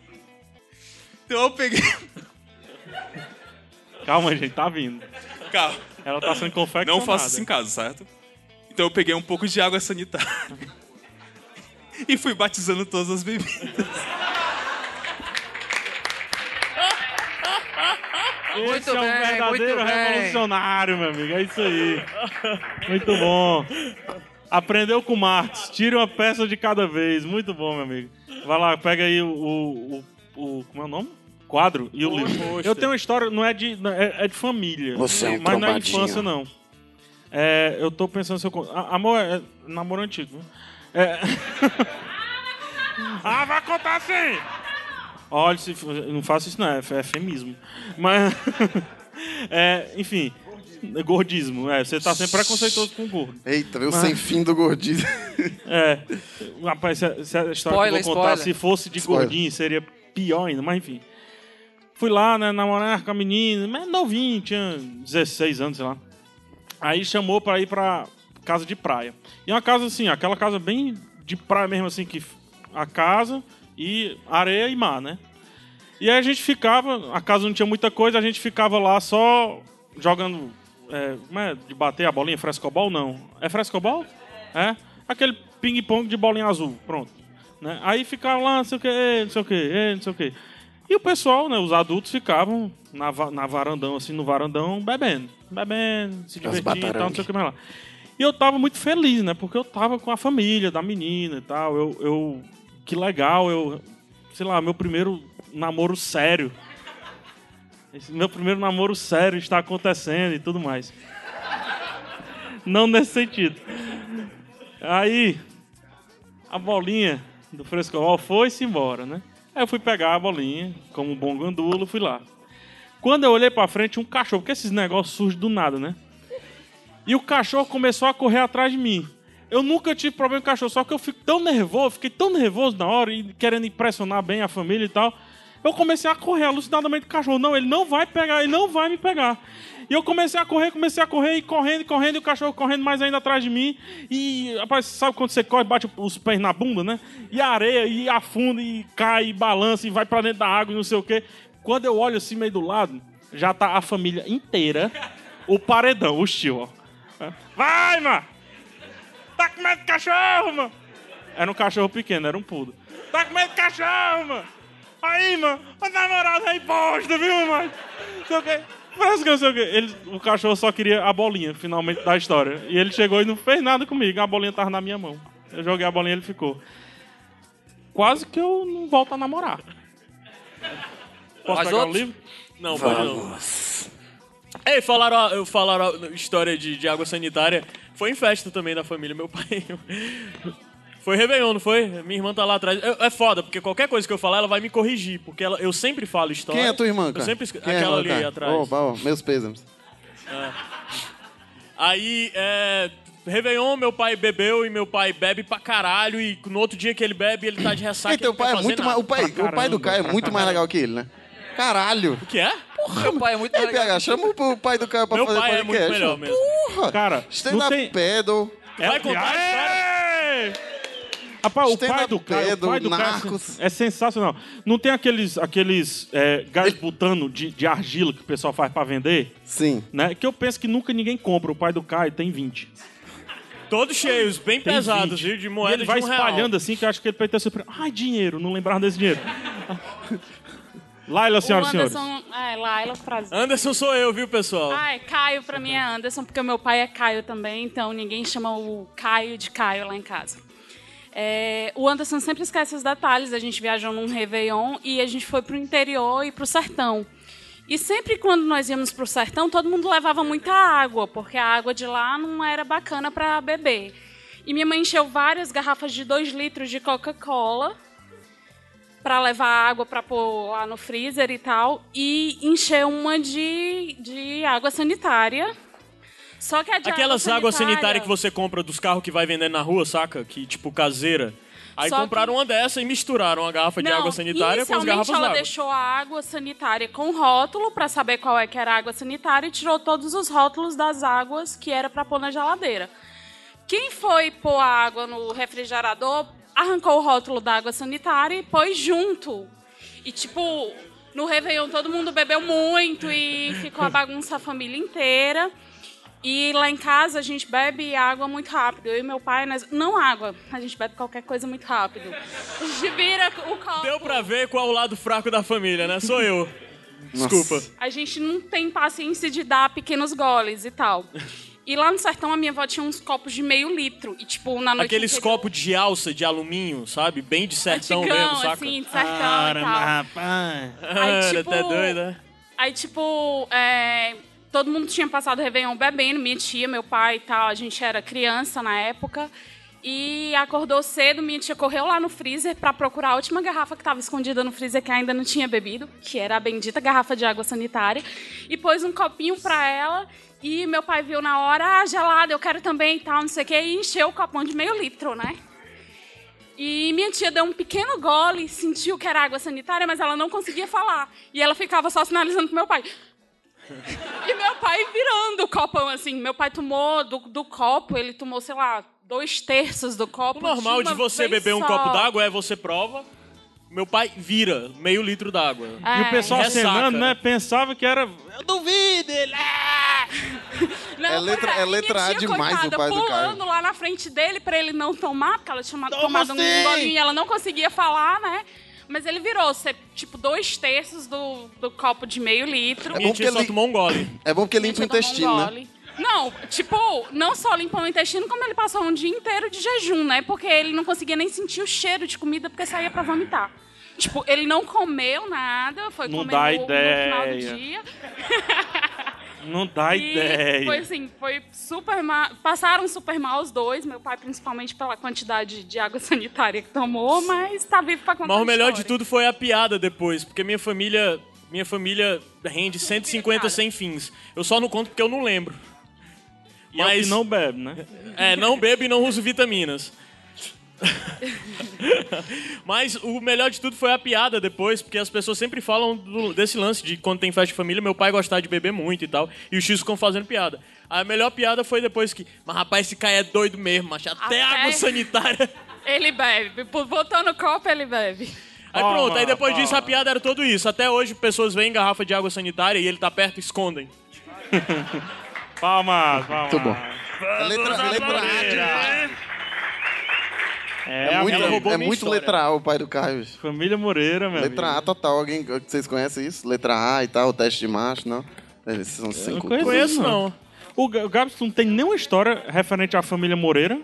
Então eu peguei. Calma, gente, tá vindo. Calma, Ela tá sendo confeccionada. não faço isso em casa, certo? Então eu peguei um pouco de água sanitária (laughs) e fui batizando todas as bebidas. Esse Muito é um bem, verdadeiro muito bem. revolucionário, meu amigo. É isso aí. Muito bom. Aprendeu com Marx. Tira uma peça de cada vez. Muito bom, meu amigo. Vai lá, pega aí o. o, o- o- como é o nome? Quadro e o livro. Eu tenho uma história, não é de. não, é, é de família. Você é um Mas não é de trombadinho. infância, não. É, eu tô pensando se eu. con- a- Amor, é namoro antigo. né? É. (laughs) ah, vai contar sim! Olha, se, não faço isso não, é, é femismo. Mas, (laughs) é, enfim, é gordismo. É, você tá sempre preconceituoso com gordo. Eita, meu sem fim do gordinho. (laughs) É, rapaz, se a, se a história Spoiler, que eu vou contar, spoiler. se fosse de Spoiler. gordinho, seria pior ainda, mas enfim. Fui lá, né, namorar com a menina, mas é novinho, tinha 16 anos, sei lá. Aí chamou pra ir pra casa de praia. E uma casa assim, aquela casa bem de praia mesmo, assim, que f- a casa e areia e mar, né? E aí a gente ficava, a casa não tinha muita coisa, a gente ficava lá só jogando. É, como é? De bater a bolinha? Frescobol? Não. É frescobol? É? Aquele ping-pong de bolinha azul. Pronto. Né? Aí ficava lá, não sei o que, não sei o que, não sei o que. E o pessoal, né, os adultos ficavam na, va- na varandão, assim, no varandão, bebendo. Bebendo, se divertindo e tal, não sei o que mais lá. E eu tava muito feliz, né? Porque eu tava com a família da menina e tal. Eu, eu que legal, eu, sei lá, meu primeiro namoro sério. Esse meu primeiro namoro sério está acontecendo e tudo mais. Não nesse sentido. Aí a bolinha do frescobol foi-se embora, né? Aí eu fui pegar a bolinha, como um bom gandulo, fui lá. Quando eu olhei pra frente, um cachorro, porque esses negócios surgem do nada, né? E o cachorro começou a correr atrás de mim. Eu nunca tive problema com cachorro, só que eu fico tão nervoso, fiquei tão nervoso na hora e querendo impressionar bem a família e tal. Eu comecei a correr alucinadamente com o cachorro. Não, ele não vai pegar, ele não vai me pegar. E eu comecei a correr, comecei a correr, e correndo, e correndo, e o cachorro correndo mais ainda atrás de mim. E, rapaz, sabe quando você corre, bate os pés na bunda, né? E a areia, e afunda, e cai, e balança, e vai pra dentro da água, e não sei o quê. Quando eu olho assim, meio do lado, já tá a família inteira, o paredão, o tio, ó. Vai, mano! Tá com medo do cachorro, mano! Era um cachorro pequeno, era um pudo. Tá com medo do cachorro, mano! Aí, mano, a namorada aí bosta, viu, mano? Não sei o quê. Parece que não sei o quê. Ele, o cachorro só queria a bolinha, finalmente, da história. E ele chegou e não fez nada comigo. A bolinha tava na minha mão. Eu joguei a bolinha e ele ficou. Quase que eu não volto a namorar. Posso Mais pegar outro? o livro? Não, pode não. Ei, falaram, eu falaram a história de, de água sanitária. Foi em festa também da família, meu (laughs) pai. Foi Réveillon, não foi? Minha irmã tá lá atrás. É, é foda, porque qualquer coisa que eu falar, ela vai me corrigir, porque ela, eu sempre falo história. Quem é a tua irmã, Eu cara? sempre esque- Quem é a Aquela irmã, ali cara? atrás. Opa, ó, meus pêsames. É. Aí, é. Réveillon, meu pai bebeu e meu pai bebe pra caralho. E no outro dia que ele bebe, ele tá de ressaca. E teu pai é muito mais. O pai, o pai do Caio é muito mais legal que ele, né? Caralho. O que é? Meu pai é muito Ei, PH, chama o o pai do Caio pra Meu fazer pai é podcast. muito melhor mesmo. Porra! Cara, Stand up não tem- É pedal. Vai contar a Rapaz, o Stand pai up do Caio, o pai pedal, do Caio Narcos. é sensacional. Não tem aqueles, aqueles é, gás butano de, de argila que o pessoal faz pra vender? Sim. Né? Que eu penso que nunca ninguém compra. O pai do Caio tem 20. Todos cheios, bem Tem pesados, 20. viu? De moeda e ele de vai um real. espalhando assim, que eu acho que ele pode ter surpresa. Ai, dinheiro, não lembrava desse dinheiro. Laila, senhoras e senhores. Anderson, é, Laila, prazer. Anderson sou eu, viu, pessoal? Ah, é Caio, pra mim é Anderson, porque o meu pai é Caio também, então ninguém chama o Caio de Caio lá em casa. É, o Anderson sempre esquece os detalhes, a gente viajou num Réveillon e a gente foi pro interior e pro sertão. E sempre quando nós íamos pro sertão, todo mundo levava muita água, porque a água de lá não era bacana para beber. E minha mãe encheu várias garrafas de 2 litros de Coca-Cola para levar água para pôr lá no freezer e tal. E encheu uma de, de água sanitária. Só que a de Aquelas água águas sanitárias que você compra dos carros que vai vendendo na rua, saca? Que, tipo, caseira. Aí Só compraram uma dessa e misturaram a garrafa de Não, água sanitária com as inicialmente garrafas ela d'água. deixou a água sanitária com rótulo para saber qual é que era a água sanitária e tirou todos os rótulos das águas que era para pôr na geladeira. Quem foi pôr a água no refrigerador arrancou o rótulo da água sanitária e pôs junto. E tipo, no Réveillon todo mundo bebeu muito e ficou (laughs) a bagunça a família inteira. E lá em casa a gente bebe água muito rápido. Eu e meu pai, nós... não água, a gente bebe qualquer coisa muito rápido. (laughs) A gente vira o copo. Deu pra ver qual é o lado fraco da família, né? Sou eu. Desculpa. A gente não tem paciência de dar pequenos goles e (laughs) tal. E lá no sertão a minha avó tinha uns copos de meio litro. E tipo, na noite. Aqueles anterior- copos de alça de alumínio, sabe? Bem de sertão Antigão, mesmo, saca? assim, de sertão e Cara, tal. mas, rapaz. (laughs) Aí, tipo, até né? doida. Aí, tipo, é, todo mundo tinha passado o Réveillon bebendo, minha tia, meu pai e tal. A gente era criança na época. E acordou cedo, minha tia correu lá no freezer pra procurar a última garrafa que estava escondida no freezer que ainda não tinha bebido, que era a bendita garrafa de água sanitária, e pôs um copinho pra ela. E meu pai viu na hora, ah, gelada, eu quero também e tal, não sei o quê, e encheu o copão de meio litro, né? E minha tia deu um pequeno gole, sentiu que era água sanitária, mas ela não conseguia falar. E ela ficava só sinalizando pro meu pai. E meu pai virando o copão, assim. Meu pai tomou do, do copo, ele tomou, sei lá, dois terços do copo. O É normal de uma você vez beber um só. copo d'água é você prova. Meu pai vira meio litro d'água. É. E o pessoal Ressaca. acenando, né? Pensava que era. Eu duvido, ele... (laughs) Não, É letra- coitada, é letra minha A tia, demais coitada, o pai do pulando Caio. lá na frente dele pra ele não tomar, porque ela tinha ma- Toma tomado sim! um golinho e ela não conseguia falar, né? Mas ele virou, se- tipo, dois terços do, do copo de meio litro. É bom porque ele tomou um gole. É bom porque limpa Tinha o tomado um intestino, né? gole. Não, tipo, não só limpou o intestino, como ele passou um dia inteiro de jejum, né? Porque ele não conseguia nem sentir o cheiro de comida porque saía pra vomitar. Tipo, ele não comeu nada, foi Não comer dá no, no final do ideia. dia. Não dá E ideia. Foi (laughs) assim, foi super mal. Passaram super mal os dois, meu pai principalmente pela quantidade de água (laughs) sanitária que tomou, mas tá vivo pra contar Mas o melhor história. de tudo foi a piada depois, porque minha família, minha família rende 150 sem fins. Eu só não conto porque eu não lembro. E é o que não bebe, né? (laughs) É, não bebo e não uso vitaminas. (laughs) Mas o melhor de tudo foi a piada depois, porque as pessoas sempre falam do- desse lance de quando tem festa de família, meu pai gostava de beber muito e tal, e os X ficam fazendo piada. A melhor piada foi depois que, mas rapaz, esse cara é doido mesmo, macho, Até- até água sanitária. Ele bebe. Pô, Botou no copo, ele bebe. Aí pronto, aí depois Toma, disso a piada era tudo isso. Até hoje pessoas veem garrafa de água sanitária e ele tá perto e escondem. palmas, palmas. Muito bom. É Letra, letra A de pai. É, É, muito, ela roubou é minha muito história. letra A o pai do Caio. bicho. Família Moreira, meu Letra A total. Alguém, vocês conhecem isso? Letra A e tal, teste de macho, não? Esses são Eu cinco. O Ga- o Gabs não tem nenhuma história referente à família Moreira.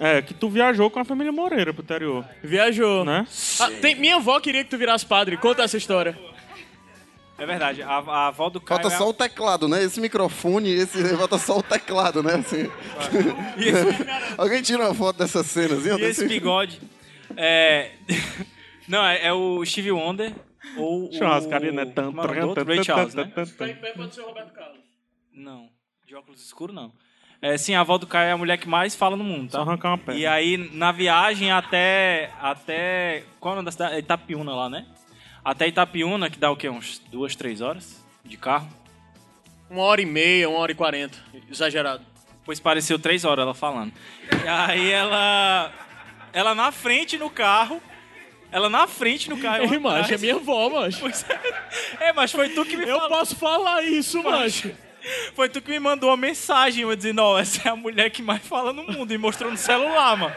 É, que tu viajou com a família Moreira pro interior. Viajou. Né? Ah, tem- minha avó queria que tu virasse padre, conta essa história. É verdade, a, a avó do Caio. Falta é só o teclado, né? Esse microfone, esse. (laughs) Falta só o teclado, né? Assim. (laughs) Alguém tira uma foto dessa cena, assim? E esse bigode. É. (laughs) Não, é, é o Steve Wonder ou o. Churrascaria, né? Tan, como era o tan, outro? tan, Ray tan, Charles, tan, né? tan, tan. pode ser o Roberto Carlos. Não, de óculos escuros não. É, sim, a avó do Caio é a mulher que mais fala no mundo, tá? Só arrancar uma perna. E aí, na viagem até. até. Qual é o nome da cidade? É Itapiúna lá, né? Até Itapiúna, que dá o quê? Uns duas, três horas de carro. Uma hora e meia, uma hora e quarenta. Exagerado. Pois pareceu três horas ela falando. E aí ela. Ela na frente no carro. Ela na frente no carro. eu Ei, macho, é atrás. minha avó, macho. É, mas foi tu que me Eu posso falar isso, macho. Foi tu que me mandou uma mensagem eu dizendo, ó, essa é a mulher que mais fala no mundo e mostrou no celular, mano.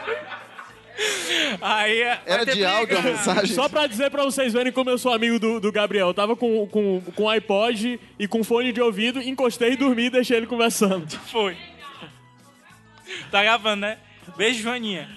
Aí É vai ter briga. (laughs) Só pra dizer pra vocês verem como eu sou amigo do, do Gabriel. Eu tava com, com, com iPod e com fone de ouvido, encostei e dormi e deixei ele conversando. Foi. Tá gravando, né? Beijo, Joaninha.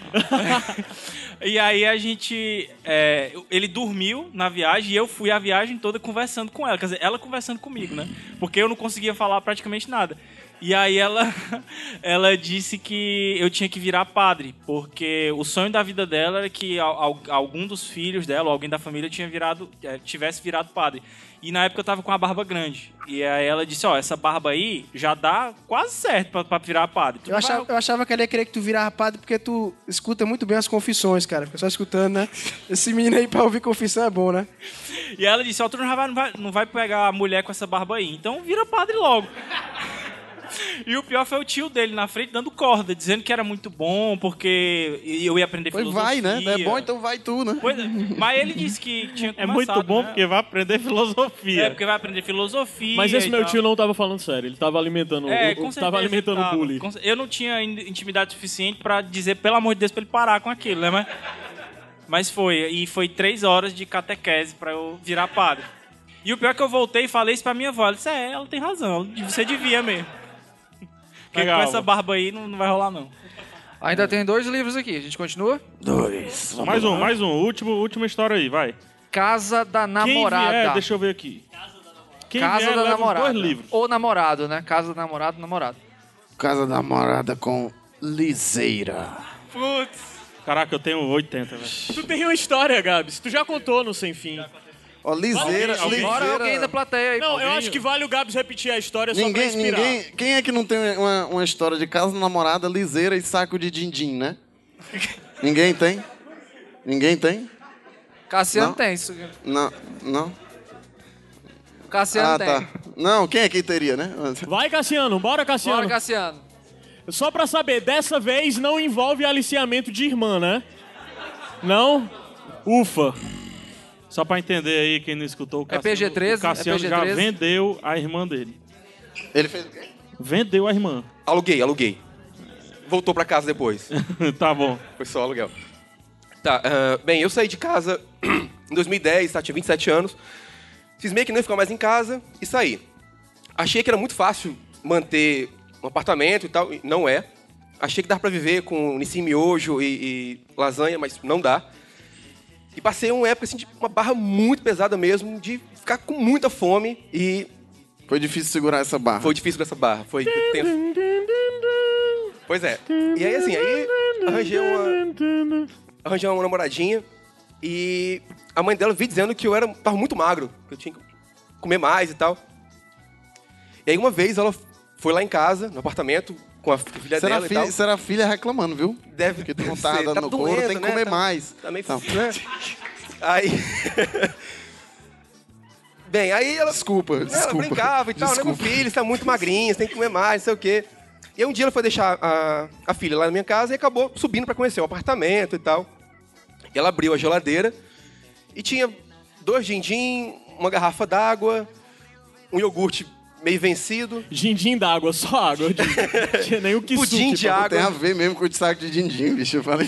(laughs) e aí a gente. é, ele dormiu na viagem e eu fui a viagem toda conversando com ela. Quer dizer, ela conversando comigo, né? Porque eu não conseguia falar praticamente nada. E aí ela, (laughs) ela disse que eu tinha que virar padre, porque o sonho da vida dela era que al- al- algum dos filhos dela, ou alguém da família, tinha virado, eh, tivesse virado padre. E na época eu tava com a barba grande. E aí ela disse, ó, essa barba aí já dá quase certo pra, pra virar padre. Tu Eu não achava, eu achava que ele ia querer que tu virava padre porque tu escuta muito bem as confissões, cara. Fica só escutando, né? Esse menino aí pra ouvir confissão é bom, né? E ela disse, ó, tu não vai, não vai- não vai pegar a mulher com essa barba aí, então vira padre logo. (laughs) E o pior foi o tio dele na frente dando corda, dizendo que era muito bom, porque eu ia aprender Pois filosofia. vai, né? Não é bom, então vai tu, né? Pois é. Mas ele disse que tinha É começado, muito bom né? porque vai aprender filosofia. É, porque vai aprender filosofia Mas esse e meu tal. tio não tava falando sério, ele tava alimentando É, o, com o, tava certeza alimentando ele o bullying. Com cer- Eu não tinha in- intimidade suficiente pra dizer, pelo amor de Deus, pra ele parar com aquilo, né? Mas, mas foi. E foi três horas de catequese pra eu virar padre. E o pior é que eu voltei e falei isso pra minha avó. Ela disse, é, ela tem razão. Você devia mesmo. Porque Legal. com essa barba aí não, não vai rolar, não. Ainda tem dois livros aqui, a gente continua? Dois. Mais um, mais um. Último, última história aí, vai. Casa da Namorada. Quem vier, deixa eu ver aqui. Quem Casa vier, da leva os Namorada. dois livros. Ou namorado, né? Casa do namorado, namorado. Casa da morada com liseira. Putz. Caraca, eu tenho 80, velho. Tu tem uma história, Gabs, tu já contou no Sem Fim. Ó, liseira, liseira. plateia aí. Não, eu Alguém? acho que vale o Gabs repetir a história só pra Ninguém, inspirar. ninguém, quem é que não tem uma, uma história de casa, namorada, liseira e saco de din-din, (laughs) né? Ninguém tem? Ninguém tem? Cassiano Não. tem isso. Não, não. Cassiano ah, tem. tá. Não, quem é que teria, né? Vai, Cassiano, bora, Cassiano. Bora, Cassiano. Só pra saber, dessa vez não envolve aliciamento de irmã, né? Não? Ufa. Só pra entender aí, quem não escutou, o É Cassiano, PG-13, o Cassiano é já PG-13. vendeu a irmã dele. Ele fez o quê? Vendeu a irmã. Aluguei, aluguei. Voltou pra casa depois. (laughs) tá bom. Foi só aluguel. Tá, ah, bem, eu saí de casa (clears throat) em 2010, tá? Tinha 27 anos. Fiz meio que não ia ficar mais em casa e saí. Achei que era muito fácil manter um apartamento e tal, e não é. Achei que dava pra viver com um nissin miojo e, e lasanha, mas não dá. E passei uma época, assim, de uma barra muito pesada mesmo, de ficar com muita fome e... Foi difícil segurar essa barra. Foi difícil segurar essa barra, foi tenso. Pois é. E aí, assim, aí arranjei uma. Arranjei uma namoradinha e a mãe dela veio dizendo que eu era, tava muito magro, que eu tinha que comer mais e tal. E aí uma vez ela foi lá em casa, no apartamento, com a fi- filha Será, dela filha, e tal. será filha reclamando, viu? Deve Porque tu não deve tá ser. dando couro, doendo, tem que né? comer Tá- mais. Tá meio... Não. né? Aí... (laughs) Bem, aí ela... Desculpa, Ela desculpa. brincava e tal, né? Com Desculpa. filho, você tá muito magrinha, você tem que comer mais, não sei o quê. E aí um dia ela foi deixar a, a filha lá na minha casa e acabou subindo pra conhecer o apartamento e tal. E ela abriu a geladeira e tinha dois dindim, uma garrafa d'água, um iogurte meio vencido. Dindim d'água, só água. (laughs) Tinha (laughs) nem o que Pudim de água. tipo, Tem a ver mesmo com o destaque de din-din, bicho. Eu falei.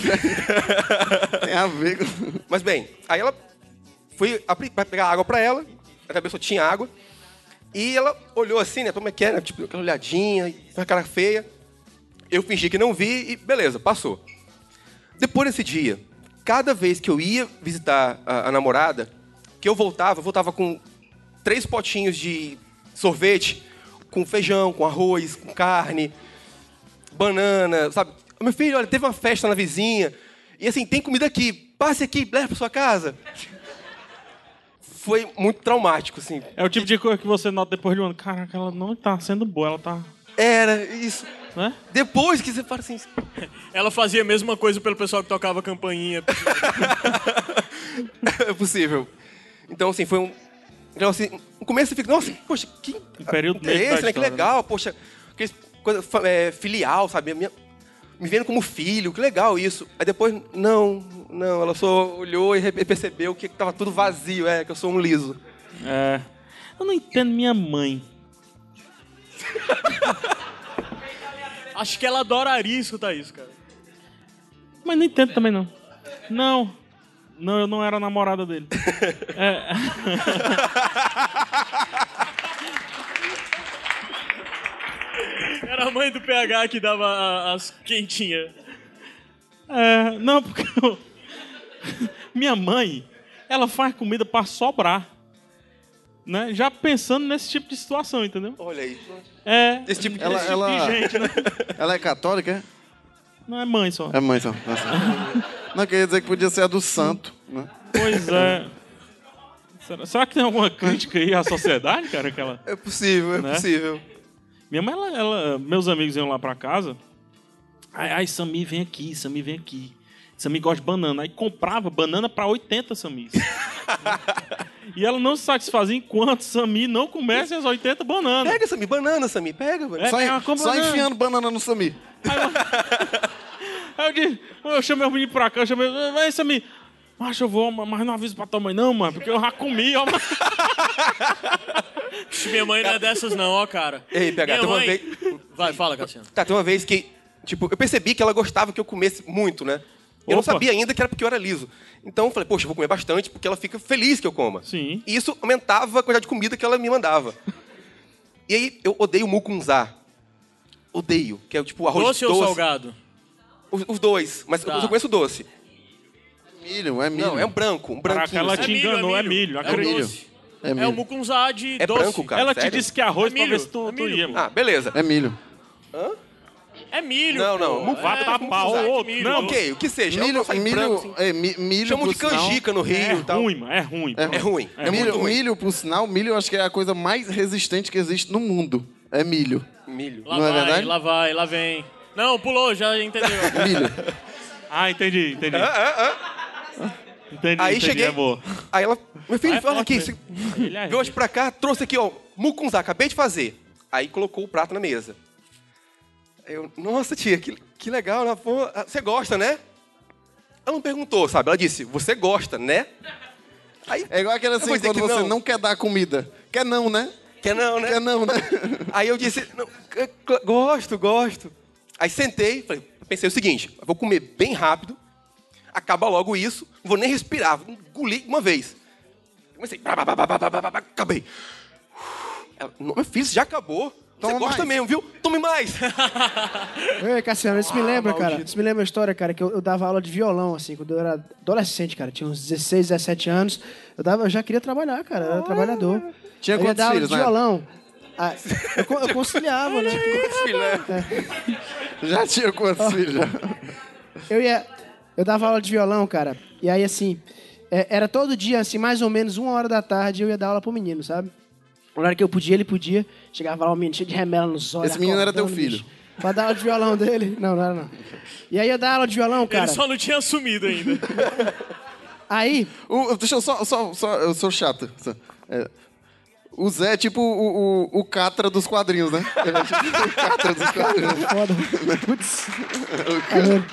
É tem a ver com. (laughs) Mas bem, aí ela foi abrir pra pegar água pra ela, a cabeça só tinha água, e ela olhou assim, né, como é que é, né, tipo, aquela olhadinha, uma cara feia. Eu fingi que não vi e beleza, passou. Depois desse dia, cada vez que eu ia visitar a, a namorada, que eu voltava, eu voltava com três potinhos de sorvete, com feijão, com arroz, com carne, banana, sabe? Meu filho, olha, teve uma festa na vizinha. E assim, tem comida aqui. Passe aqui, leva pra sua casa. (laughs) Foi muito traumático, assim. É o tipo de coisa que você nota depois de um ano. Caraca, ela não tá sendo boa, ela tá. É, Era isso. Né? Depois que você fala assim. Ela fazia a mesma coisa pelo pessoal que tocava campainha. é possível. Então, assim, foi um. Então, assim, no começo você fica, nossa, poxa, que período negro da interesse, né? Que história, legal, poxa, que coisa fa- é, filial, sabe? Minha- me vendo como filho, que legal isso. Aí depois, não, não, ela só olhou e re- percebeu que tava tudo vazio, é, que eu sou um liso. É. Eu não entendo minha mãe. Acho que ela adoraria escutar isso, cara. Mas não entendo também, não. Não. Não, eu não era a namorada (laughs) dele. É. (laughs) Era a mãe do PH que dava a- as quentinhas. (laughs) É, não, porque eu- minha mãe, ela faz comida pra sobrar. Né? Já pensando nesse tipo de situação, entendeu? Olha aí. É. Esse tipo de, Ela, esse tipo ela, de gente, né? (laughs) ela é católica? Não é mãe só. É mãe, então. Tá (laughs) certo. Não, queria dizer que podia ser a do santo. Né? Pois (laughs) é. Será, será que tem alguma crítica aí à sociedade, cara? Aquela, É possível, é Né? possível. minha mãe, ela, ela- meus amigos iam lá pra casa. Ai, ai, Sami, vem aqui, Sami, vem aqui. Sami gosta de banana. Aí comprava banana pra 80 (laughs) Samis. e ela não se satisfazia enquanto Sami não comesse as 80 bananas. Pega, Sami, banana, Sami, pega, velho. É, só en- ela compra só banana. enfiando banana no Samir. (laughs) Aí eu disse, eu chamei o menino pra cá, eu chamei, vai, Samir. Macho, eu vou, mas não aviso pra tua mãe, não, mano, porque eu já comi, ó. mas- Ixi, Minha mãe não é dessas não, ó, cara. Ei, PH, Minha tem uma mãe- vez. Vai, fala, Cassiano. Tá, tem uma vez que, tipo, eu percebi que ela gostava que eu comesse muito, né? Eu não Opa. sabia ainda que era porque eu era liso. Então eu falei, poxa, eu vou comer bastante porque ela fica feliz que eu coma. Sim. E isso aumentava a quantidade de comida que ela me mandava. E aí eu odeio mucunzá. Odeio, que é tipo arroz Doce, ou salgado? Os, os dois, mas Tá. eu só conheço o doce. Milho, é milho. Não, é um branco, um branquinho. Caraca, ela sabe? te enganou, é milho. É, acredita. doce. É É o milho. mucunzá de É doce. branco, cara. Ela te sério? disse que é arroz É pra ver milho, se tu, é tu milho, ia, pô. mano. Ah, beleza. É milho. É milho, Não, não, pô. mucunzá. Vá É, tapar mucunzá o de outro. milho. Não, Ok, o que seja. é um Milho, açaí milho, branco, assim. é, mi- milho Chamam por de canjica no É Rio e tal. ruim, mano, é ruim. pô. É ruim. É, muito milho, ruim. milho, por sinal, milho eu acho que é a coisa mais resistente que existe no mundo. É milho. Milho. Lá Não é vai, verdade? lá vai, lá vem. Não, pulou, já entendeu. (laughs) Milho. Ah, entendi, entendi. Entendi, Aí entendi, cheguei- é boa. Aí ela, meu Aí filho, é fala forte aqui, mesmo. você- Ele é Veio hoje pra cá, trouxe aqui, ó, mucunzá, acabei de fazer. Aí colocou o prato na mesa. Aí Eu, nossa, tia, que, que legal, né? Pô, ah, você gosta, né? Ela não perguntou, sabe? Ela disse, você gosta, né? Aí, É igual aquele assim, vou dizer quando que você não. não. quer dar comida. Quer não, né? quer não, né? Quer não, né? (laughs) Aí eu disse, não, c- c- gosto, gosto. Aí sentei, falei, pensei o seguinte, vou comer bem rápido, acaba logo isso, não vou nem respirar, vou engolir uma vez. Comecei, bá, bá, bá, bá, bá, bá, bá, bá, acabei. Ela, "Não, meu filho, isso já acabou. Toma Você gosta mais." mesmo, viu? (laughs) Tome mais. Ei, Cassiano, isso me lembra, cara. maldito. Isso me lembra a história, cara, que eu, eu dava aula de violão, assim, quando eu era adolescente, cara. Tinha uns 16, 17 anos. Eu, dava, eu já queria trabalhar, cara. Eu era trabalhador. Tinha eu ia quantos dar aula filhos, de né? violão. (laughs) Ah, eu, co- eu conciliava, né? Já tinha quantos filhos? já? Eu ia. Eu dava aula de violão, cara. E aí, assim, é, era todo dia, assim, mais ou menos uma hora da tarde, eu ia dar aula pro menino, sabe? Na hora que eu podia, ele podia. Chegava lá um menino cheio de remela nos olhos. Esse menino era teu acordando, filho. bicho, Pra dar aula de violão dele. Não, não era não. E aí eu dava aula de violão, cara. Ele só não tinha assumido ainda. Aí. deixa eu só, só, só. Eu sou chato. Só- é. O Zé é tipo o, o, o Catra dos quadrinhos, né? (laughs) Ele é tipo o Catra dos quadrinhos. Foda. (laughs) Putz. Tá vendo?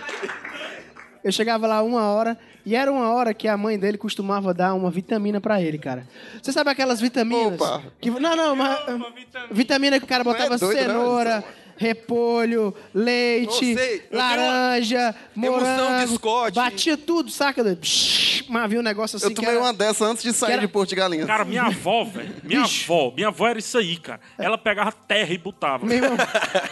Eu chegava lá uma hora e era uma hora que a mãe dele costumava dar uma vitamina pra ele, cara. Você sabe aquelas vitaminas? Opa. Que, não, não, mas hum, vitamina. que o cara botava é doido, né? cenoura, repolho, leite, Eu sei. Eu tenho uma- laranja, Emulsão morango, batia tudo, saca? doido? Psh, Mas havia um negócio assim Eu tomei que era- uma dessa antes de sair que era- de Porto de Galinhas. Cara, minha avó, velho. Minha avó. Minha avó era isso aí, cara. Ela pegava terra e botava. Meu irmão,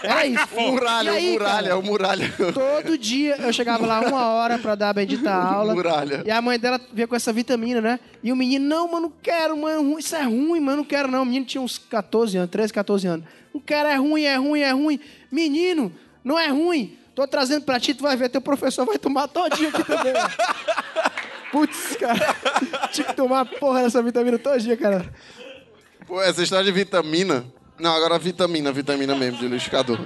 era isso. Muralha, E aí, o muralha, cara? o muralha. Todo dia eu chegava lá uma hora pra dar a bendita aula. Muralha. E a mãe dela vinha com essa vitamina, né? E o menino, não, mano, não quero, mano, isso é ruim, mano, não quero não. O menino tinha uns 14 anos, 13, 14 anos. Não quero, é ruim, é ruim, é ruim. Menino, não é ruim. Tô trazendo pra ti, tu vai ver, teu professor vai tomar todinho aqui também. ó. Putz, cara. Tinha que tomar a porra dessa vitamina todinha, cara. Pô, essa história de vitamina. Não, agora vitamina, vitamina mesmo, de liquidificador.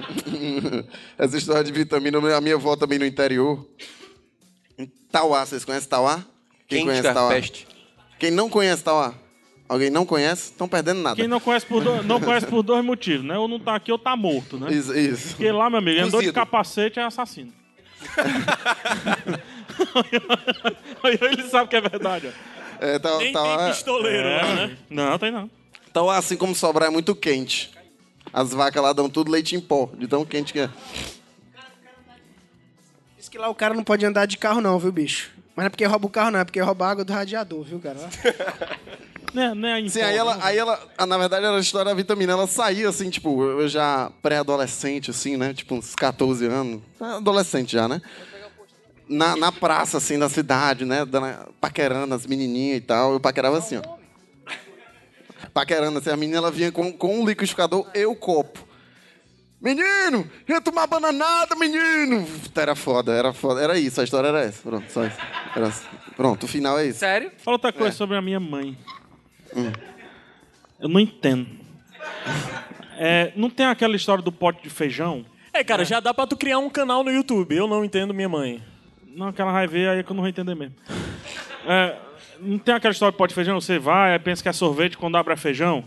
(laughs) essa história de vitamina, a minha avó também no interior. Em Tauá, vocês conhecem Tauá? Quente da peste. Quem não conhece Tauá? Alguém não conhece? Estão perdendo nada. (laughs) Quem não conhece, por do- não conhece por dois motivos, né? Ou não tá aqui ou tá morto, né? Isso, isso. Porque lá, meu amigo, andou de Cozido. capacete é assassino. Aí (laughs) ele sabe que é verdade, ó. (laughs) É, Tauá, Tauá- É, Não, tem não. Então, assim como sobrar é muito quente. As vacas lá dão tudo leite em pó, de tão quente que é. Diz que lá o cara não pode andar de carro, não, viu, bicho? Mas não é porque rouba o carro, não, é porque rouba a água do radiador, viu, cara? Né, né, Sim, aí ela, aí ela, ah, na verdade, era a história da vitamina. Ela saía, assim, tipo, eu eu já pré-adolescente, assim, né? Tipo, uns 14 anos. É Adolescente já, né? Na, na praça, assim, da cidade, né? dando- Paquerando as menininhas e tal. Eu paquerava assim, ó. Paquerando, assim, a menina, ela vinha com, com um liquidificador e o copo. Menino, ia tomar bananada, menino! Puta, Era foda, era foda. Era isso, a história era essa. Pronto, só isso. Era- Pronto, o final é isso. Hum. Sério? Fala outra É. coisa sobre a minha mãe. Eu não entendo. É, não tem aquela história do pote de feijão? É, cara, já dá pra tu criar um canal no YouTube. Eu não entendo minha mãe. Não, aquela vai ver, aí é que eu não vou entender mesmo. É, não tem aquela história de pote de feijão? Você vai, aí pensa que é sorvete quando abre é feijão.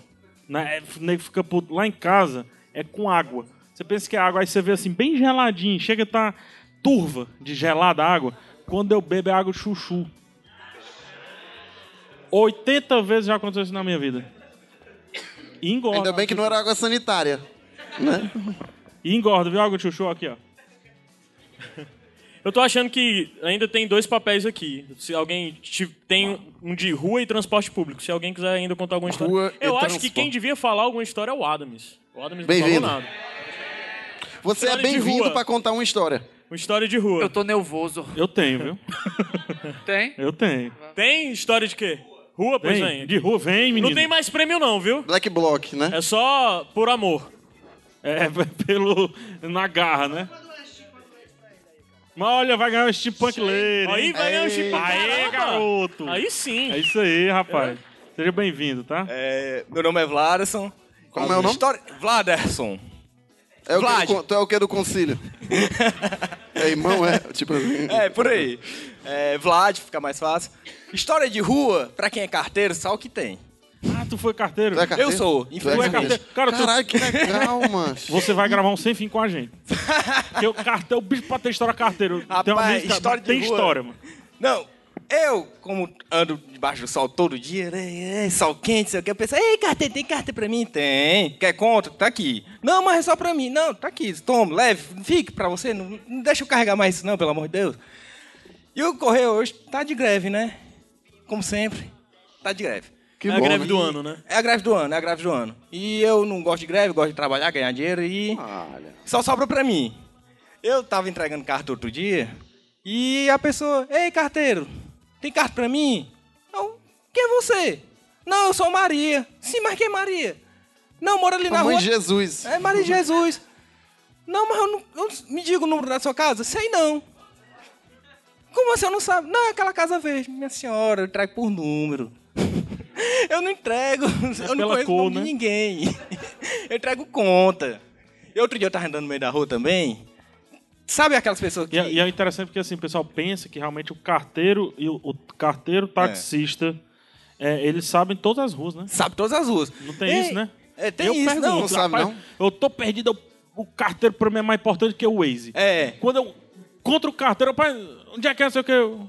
Né? É, O nego fica puto. Lá em casa é com água. Você pensa que é água, aí você vê assim, bem geladinho. Chega a tá turva de gelada a água. Quando eu bebo é água de chuchu. 80 vezes já aconteceu isso na minha vida. E engorda. Ainda bem que não era água sanitária. né? E engorda, viu? Água de chuchu aqui, ó. Eu tô achando que ainda tem dois papéis aqui. Se alguém ti- tem um de rua e transporte público. Se alguém quiser ainda contar alguma história. Rua e Eu acho transporte. que quem devia falar alguma história é o Adams. O Adams não falou Bem-vindo. nada. Você é História de bem-vindo rua. pra contar uma história. Uma história de rua. Eu (laughs) tô nervoso. Eu tenho, viu? Tem? Eu tenho. Tem história de quê? Rua, pois Vem, vem. de rua, vem, menino. Não tem mais prêmio não, viu? Black Block, né? É só por amor. É, (laughs) pelo. na garra, né? Mas olha, vai ganhar um steampunk lady. Aí vai ganhar um steampunk, Aí, caramba! garoto. Aí sim. É isso aí, rapaz. Seja bem-vindo, tá? É, meu nome é Vladerson. Como é o nome? História... Vladerson. É o que Vlad. do con- tu é o que do (laughs) concílio? é irmão, é? Tipo assim. (laughs) É, por aí. É, Vlad, fica mais fácil. História de rua, pra quem é carteiro, sabe o que tem. Ah, tu foi carteiro? Tu é carteiro? Eu sou, Tu é infelizmente. carteiro? Cara, tu- Caralho, (laughs) que legal, mano. Você vai gravar um sem fim com a gente. Porque o carteiro, o bicho pra ter história carteiro. tem uma Rapaz, música, história de Tem rua. história, mano. Não, eu, como ando debaixo do sol todo dia, né, é, sol quente, sei o que, eu penso, ei, carteiro, tem carteiro pra mim? Tem. Quer conta? Tá aqui. Não, mas é só pra mim. Não, tá aqui, toma, leve, fique pra você, não, não deixa eu carregar mais isso não, pelo amor de Deus. E o correio hoje tá de greve, né? Como sempre, tá de greve. Que é a greve do ano, né? É a greve do ano, é a greve do ano. E eu não gosto de greve, gosto de trabalhar, ganhar dinheiro e. Só sobra pra mim. Eu tava entregando carta outro dia e a pessoa, ei carteiro, tem carta pra mim? Eu, quem é você? Não, eu sou Maria. Sim, mas quem é Maria? Não, mora ali A na mãe rua. de Jesus. É Maria de Jesus. Não, mas eu não, eu não- me diga o número da sua casa? Sei não. assim? Como você não sabe? Não, é aquela casa verde. Minha senhora, eu trago por número. (laughs) Eu não entrego. (laughs) eu não pela conheço o cor, nome de né? ninguém. (laughs) Eu entrego conta. E outro dia eu tava andando no meio da rua também. Sabe aquelas pessoas que. E, é- e é interessante porque assim, o pessoal pensa que realmente o carteiro e o, o carteiro taxista, é, eles sabem todas as ruas, né? Sabe todas as ruas. Não tem Ei, isso, né? é, tem eu isso, pergunto, não, não sabe, rapaz, não. Eu tô perdido, eu- o carteiro pra mim é mais importante que o Waze. É. Quando eu contra o carteiro, rapaz, onde é que é, não sei o que? Eu,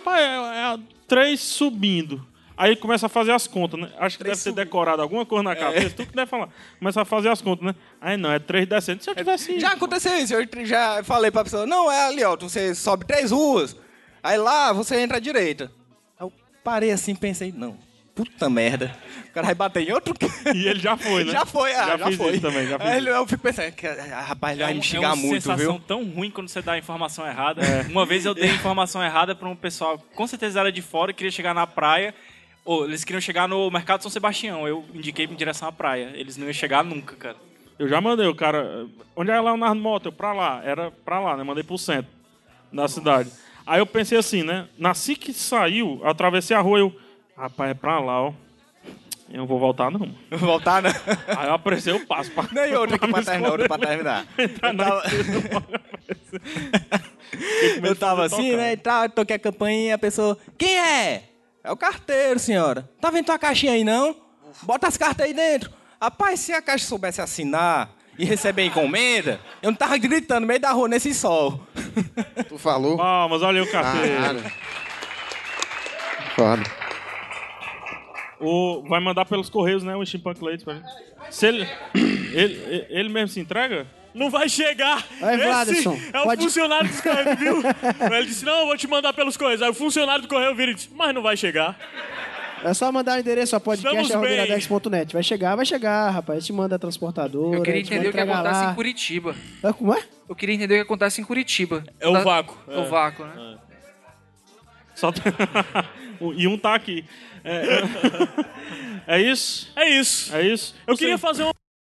Rapaz, é, é a três subindo. Aí começa a fazer as contas, né? Acho que deve ter decorado alguma coisa É. na cabeça, tudo que deve falar. Começa a fazer as contas, né? Aí não, é três descendo. Se eu tivesse. Já aconteceu isso. Eu tre- já falei pra pessoa: não, é ali, ó. Você sobe três ruas. Aí lá você entra à direita. Aí eu parei assim e pensei: não. Puta merda. O cara vai bater em outro. (laughs) E ele já foi, né? Já foi, ah, já, Já fiz foi. isso também, já fiz Aí isso. eu fico pensando: que, ah, rapaz, ele vai um- me xingar uma muito, sensação viu? tão ruim quando você dá a informação errada. É. Uma vez eu dei a informação errada pra um pessoal, com certeza era de fora, e queria chegar na praia. Ou eles queriam chegar no Mercado São Sebastião. Eu indiquei em direção à praia. Eles não iam chegar nunca, cara. Eu já mandei o cara. Onde é Leonardo Mota? Eu pra lá. Era pra lá, né? Mandei pro centro da cidade. Aí eu pensei assim, né? Nasci que saiu, eu atravessei a rua eu. Rapaz, é pra lá, ó. Eu não vou voltar, não. Não vou voltar, não. Aí eu apressei o passo. Pra, (laughs) Nem outro aqui me pra terminar, outro pra esconder. terminar. (laughs) Entrar na Eu tava fazer assim, tocar. né? E tal, toquei a campainha, a pessoa. Quem é? É o carteiro, senhora. Tá vendo tua caixinha aí, não? Bota as cartas aí dentro. Rapaz, se a caixa soubesse assinar e receber encomenda, eu não tava gritando no meio da rua nesse sol. Tu falou? Palmas, olha Ah, aí o carteiro. Claro. O, vai mandar pelos correios, né? O Steampunk Leite pra gente. Se ele, (clears throat) ele, ele mesmo se entrega? Não vai chegar. Aí, Esse Vladerson, é o pode- funcionário que escreve, viu? Ele disse, não, eu vou te mandar pelos correios. Aí o funcionário do correio vira e disse, mas não vai chegar. É só mandar o endereço a Estamos bem. podcast.net. Vai chegar, vai chegar, rapaz. Te manda a transportadora. Eu queria te manda entender o que entregar acontece lá. em Curitiba. Ah, Como é? Eu queria entender o que acontece em Curitiba. É o Da- vácuo. É o É. vácuo, né? Só tem- (laughs) e um tá aqui. É, é isso? É isso. É (laughs) isso. É Eu queria fazer uma